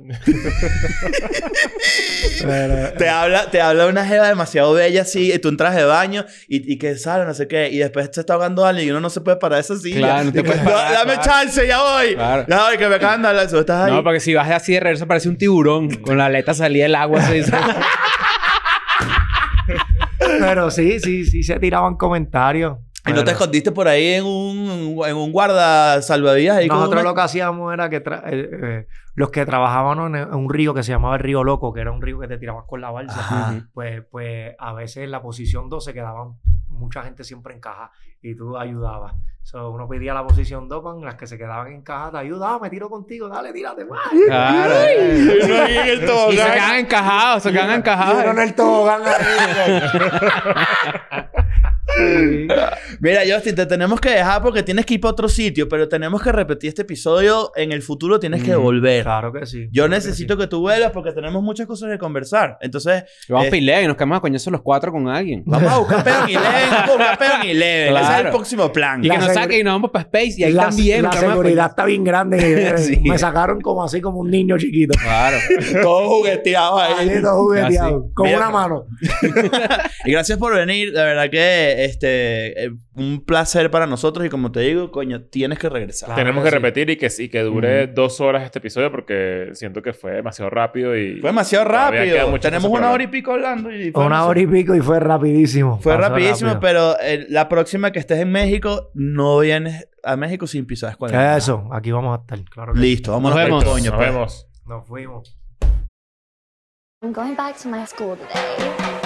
Pero- Te habla, te habla una jeva demasiado bella así, y tú en traje de baño y, y que sale, no sé qué, y después te está ahogando alguien y uno no se puede parar de esa silla. Claro, no te puedes Da- parar, Dame claro. chance, ya voy. Claro. Ya voy, que me acaban de hablar. Tú estás ahí. No, porque si vas así de regreso parece un tiburón. Con la aleta salía el agua. Se dice... Pero sí, sí, sí se tiraban comentarios. y no te Pero escondiste por ahí en un, en un guarda salvavidas ahí con Nosotros una- lo que hacíamos era que tra- eh, eh, los que trabajábamos en en un río que se llamaba el río Loco, que era un río que te tirabas con la balsa, Ajá. pues, pues a veces en la posición 2 se quedaban mucha gente siempre en caja y tú ayudabas. So, uno pedía la posición 2, pan, las que se quedaban en caja, te ayudaba, me tiro contigo, dale, tírate. man". Claro. eh. Y uno ahí en el Y se tobogán. quedan encajados. Se quedan Y uno en encajados. el tobogán ahí. Sí. Ah. Mira, Justin, te tenemos que dejar porque tienes que ir para otro sitio, pero tenemos que repetir este episodio. En el futuro tienes que Mm. volver. Claro que sí. Yo necesito que tú vuelvas porque tenemos muchas cosas que conversar. Entonces, Vamos a Eh. pilear y nos quedamos a coñazo los cuatro con alguien. vamos a buscar peón y Leven. Vamos a buscar peón y Leven. Ese es el Claro. próximo plan. Y La que nos seguri- saquen y nos vamos para Space. Y ahí la, la también. nos quedamos a seguridad está bien grande. Sí. Me sacaron como así, como un niño chiquito. coñazo. Claro. Todos jugueteados Ahí ahí. todo jugueteado, con Mira, una mano. Y gracias por venir. La verdad que este eh, un placer para nosotros. Y como te digo, coño, tienes que regresar. Claro. Tenemos que que sí. repetir y que, y que dure dos horas este episodio porque siento que fue demasiado rápido y... Fue demasiado todavía quedan rápido. muchas Tenemos cosas por una hablar. hora y pico hablando. Y fue Una demasiado- hora y pico y fue rapidísimo. Fue Pasó rapidísimo, rápido. pero eh, la próxima que estés en México, no vienes a México sin pisar escuela. Eso, aquí vamos a estar. Claro que sí. Listo, vamos Nos a vemos. coño. Nos pues. vemos. Nos fuimos. I'm going back to my school today.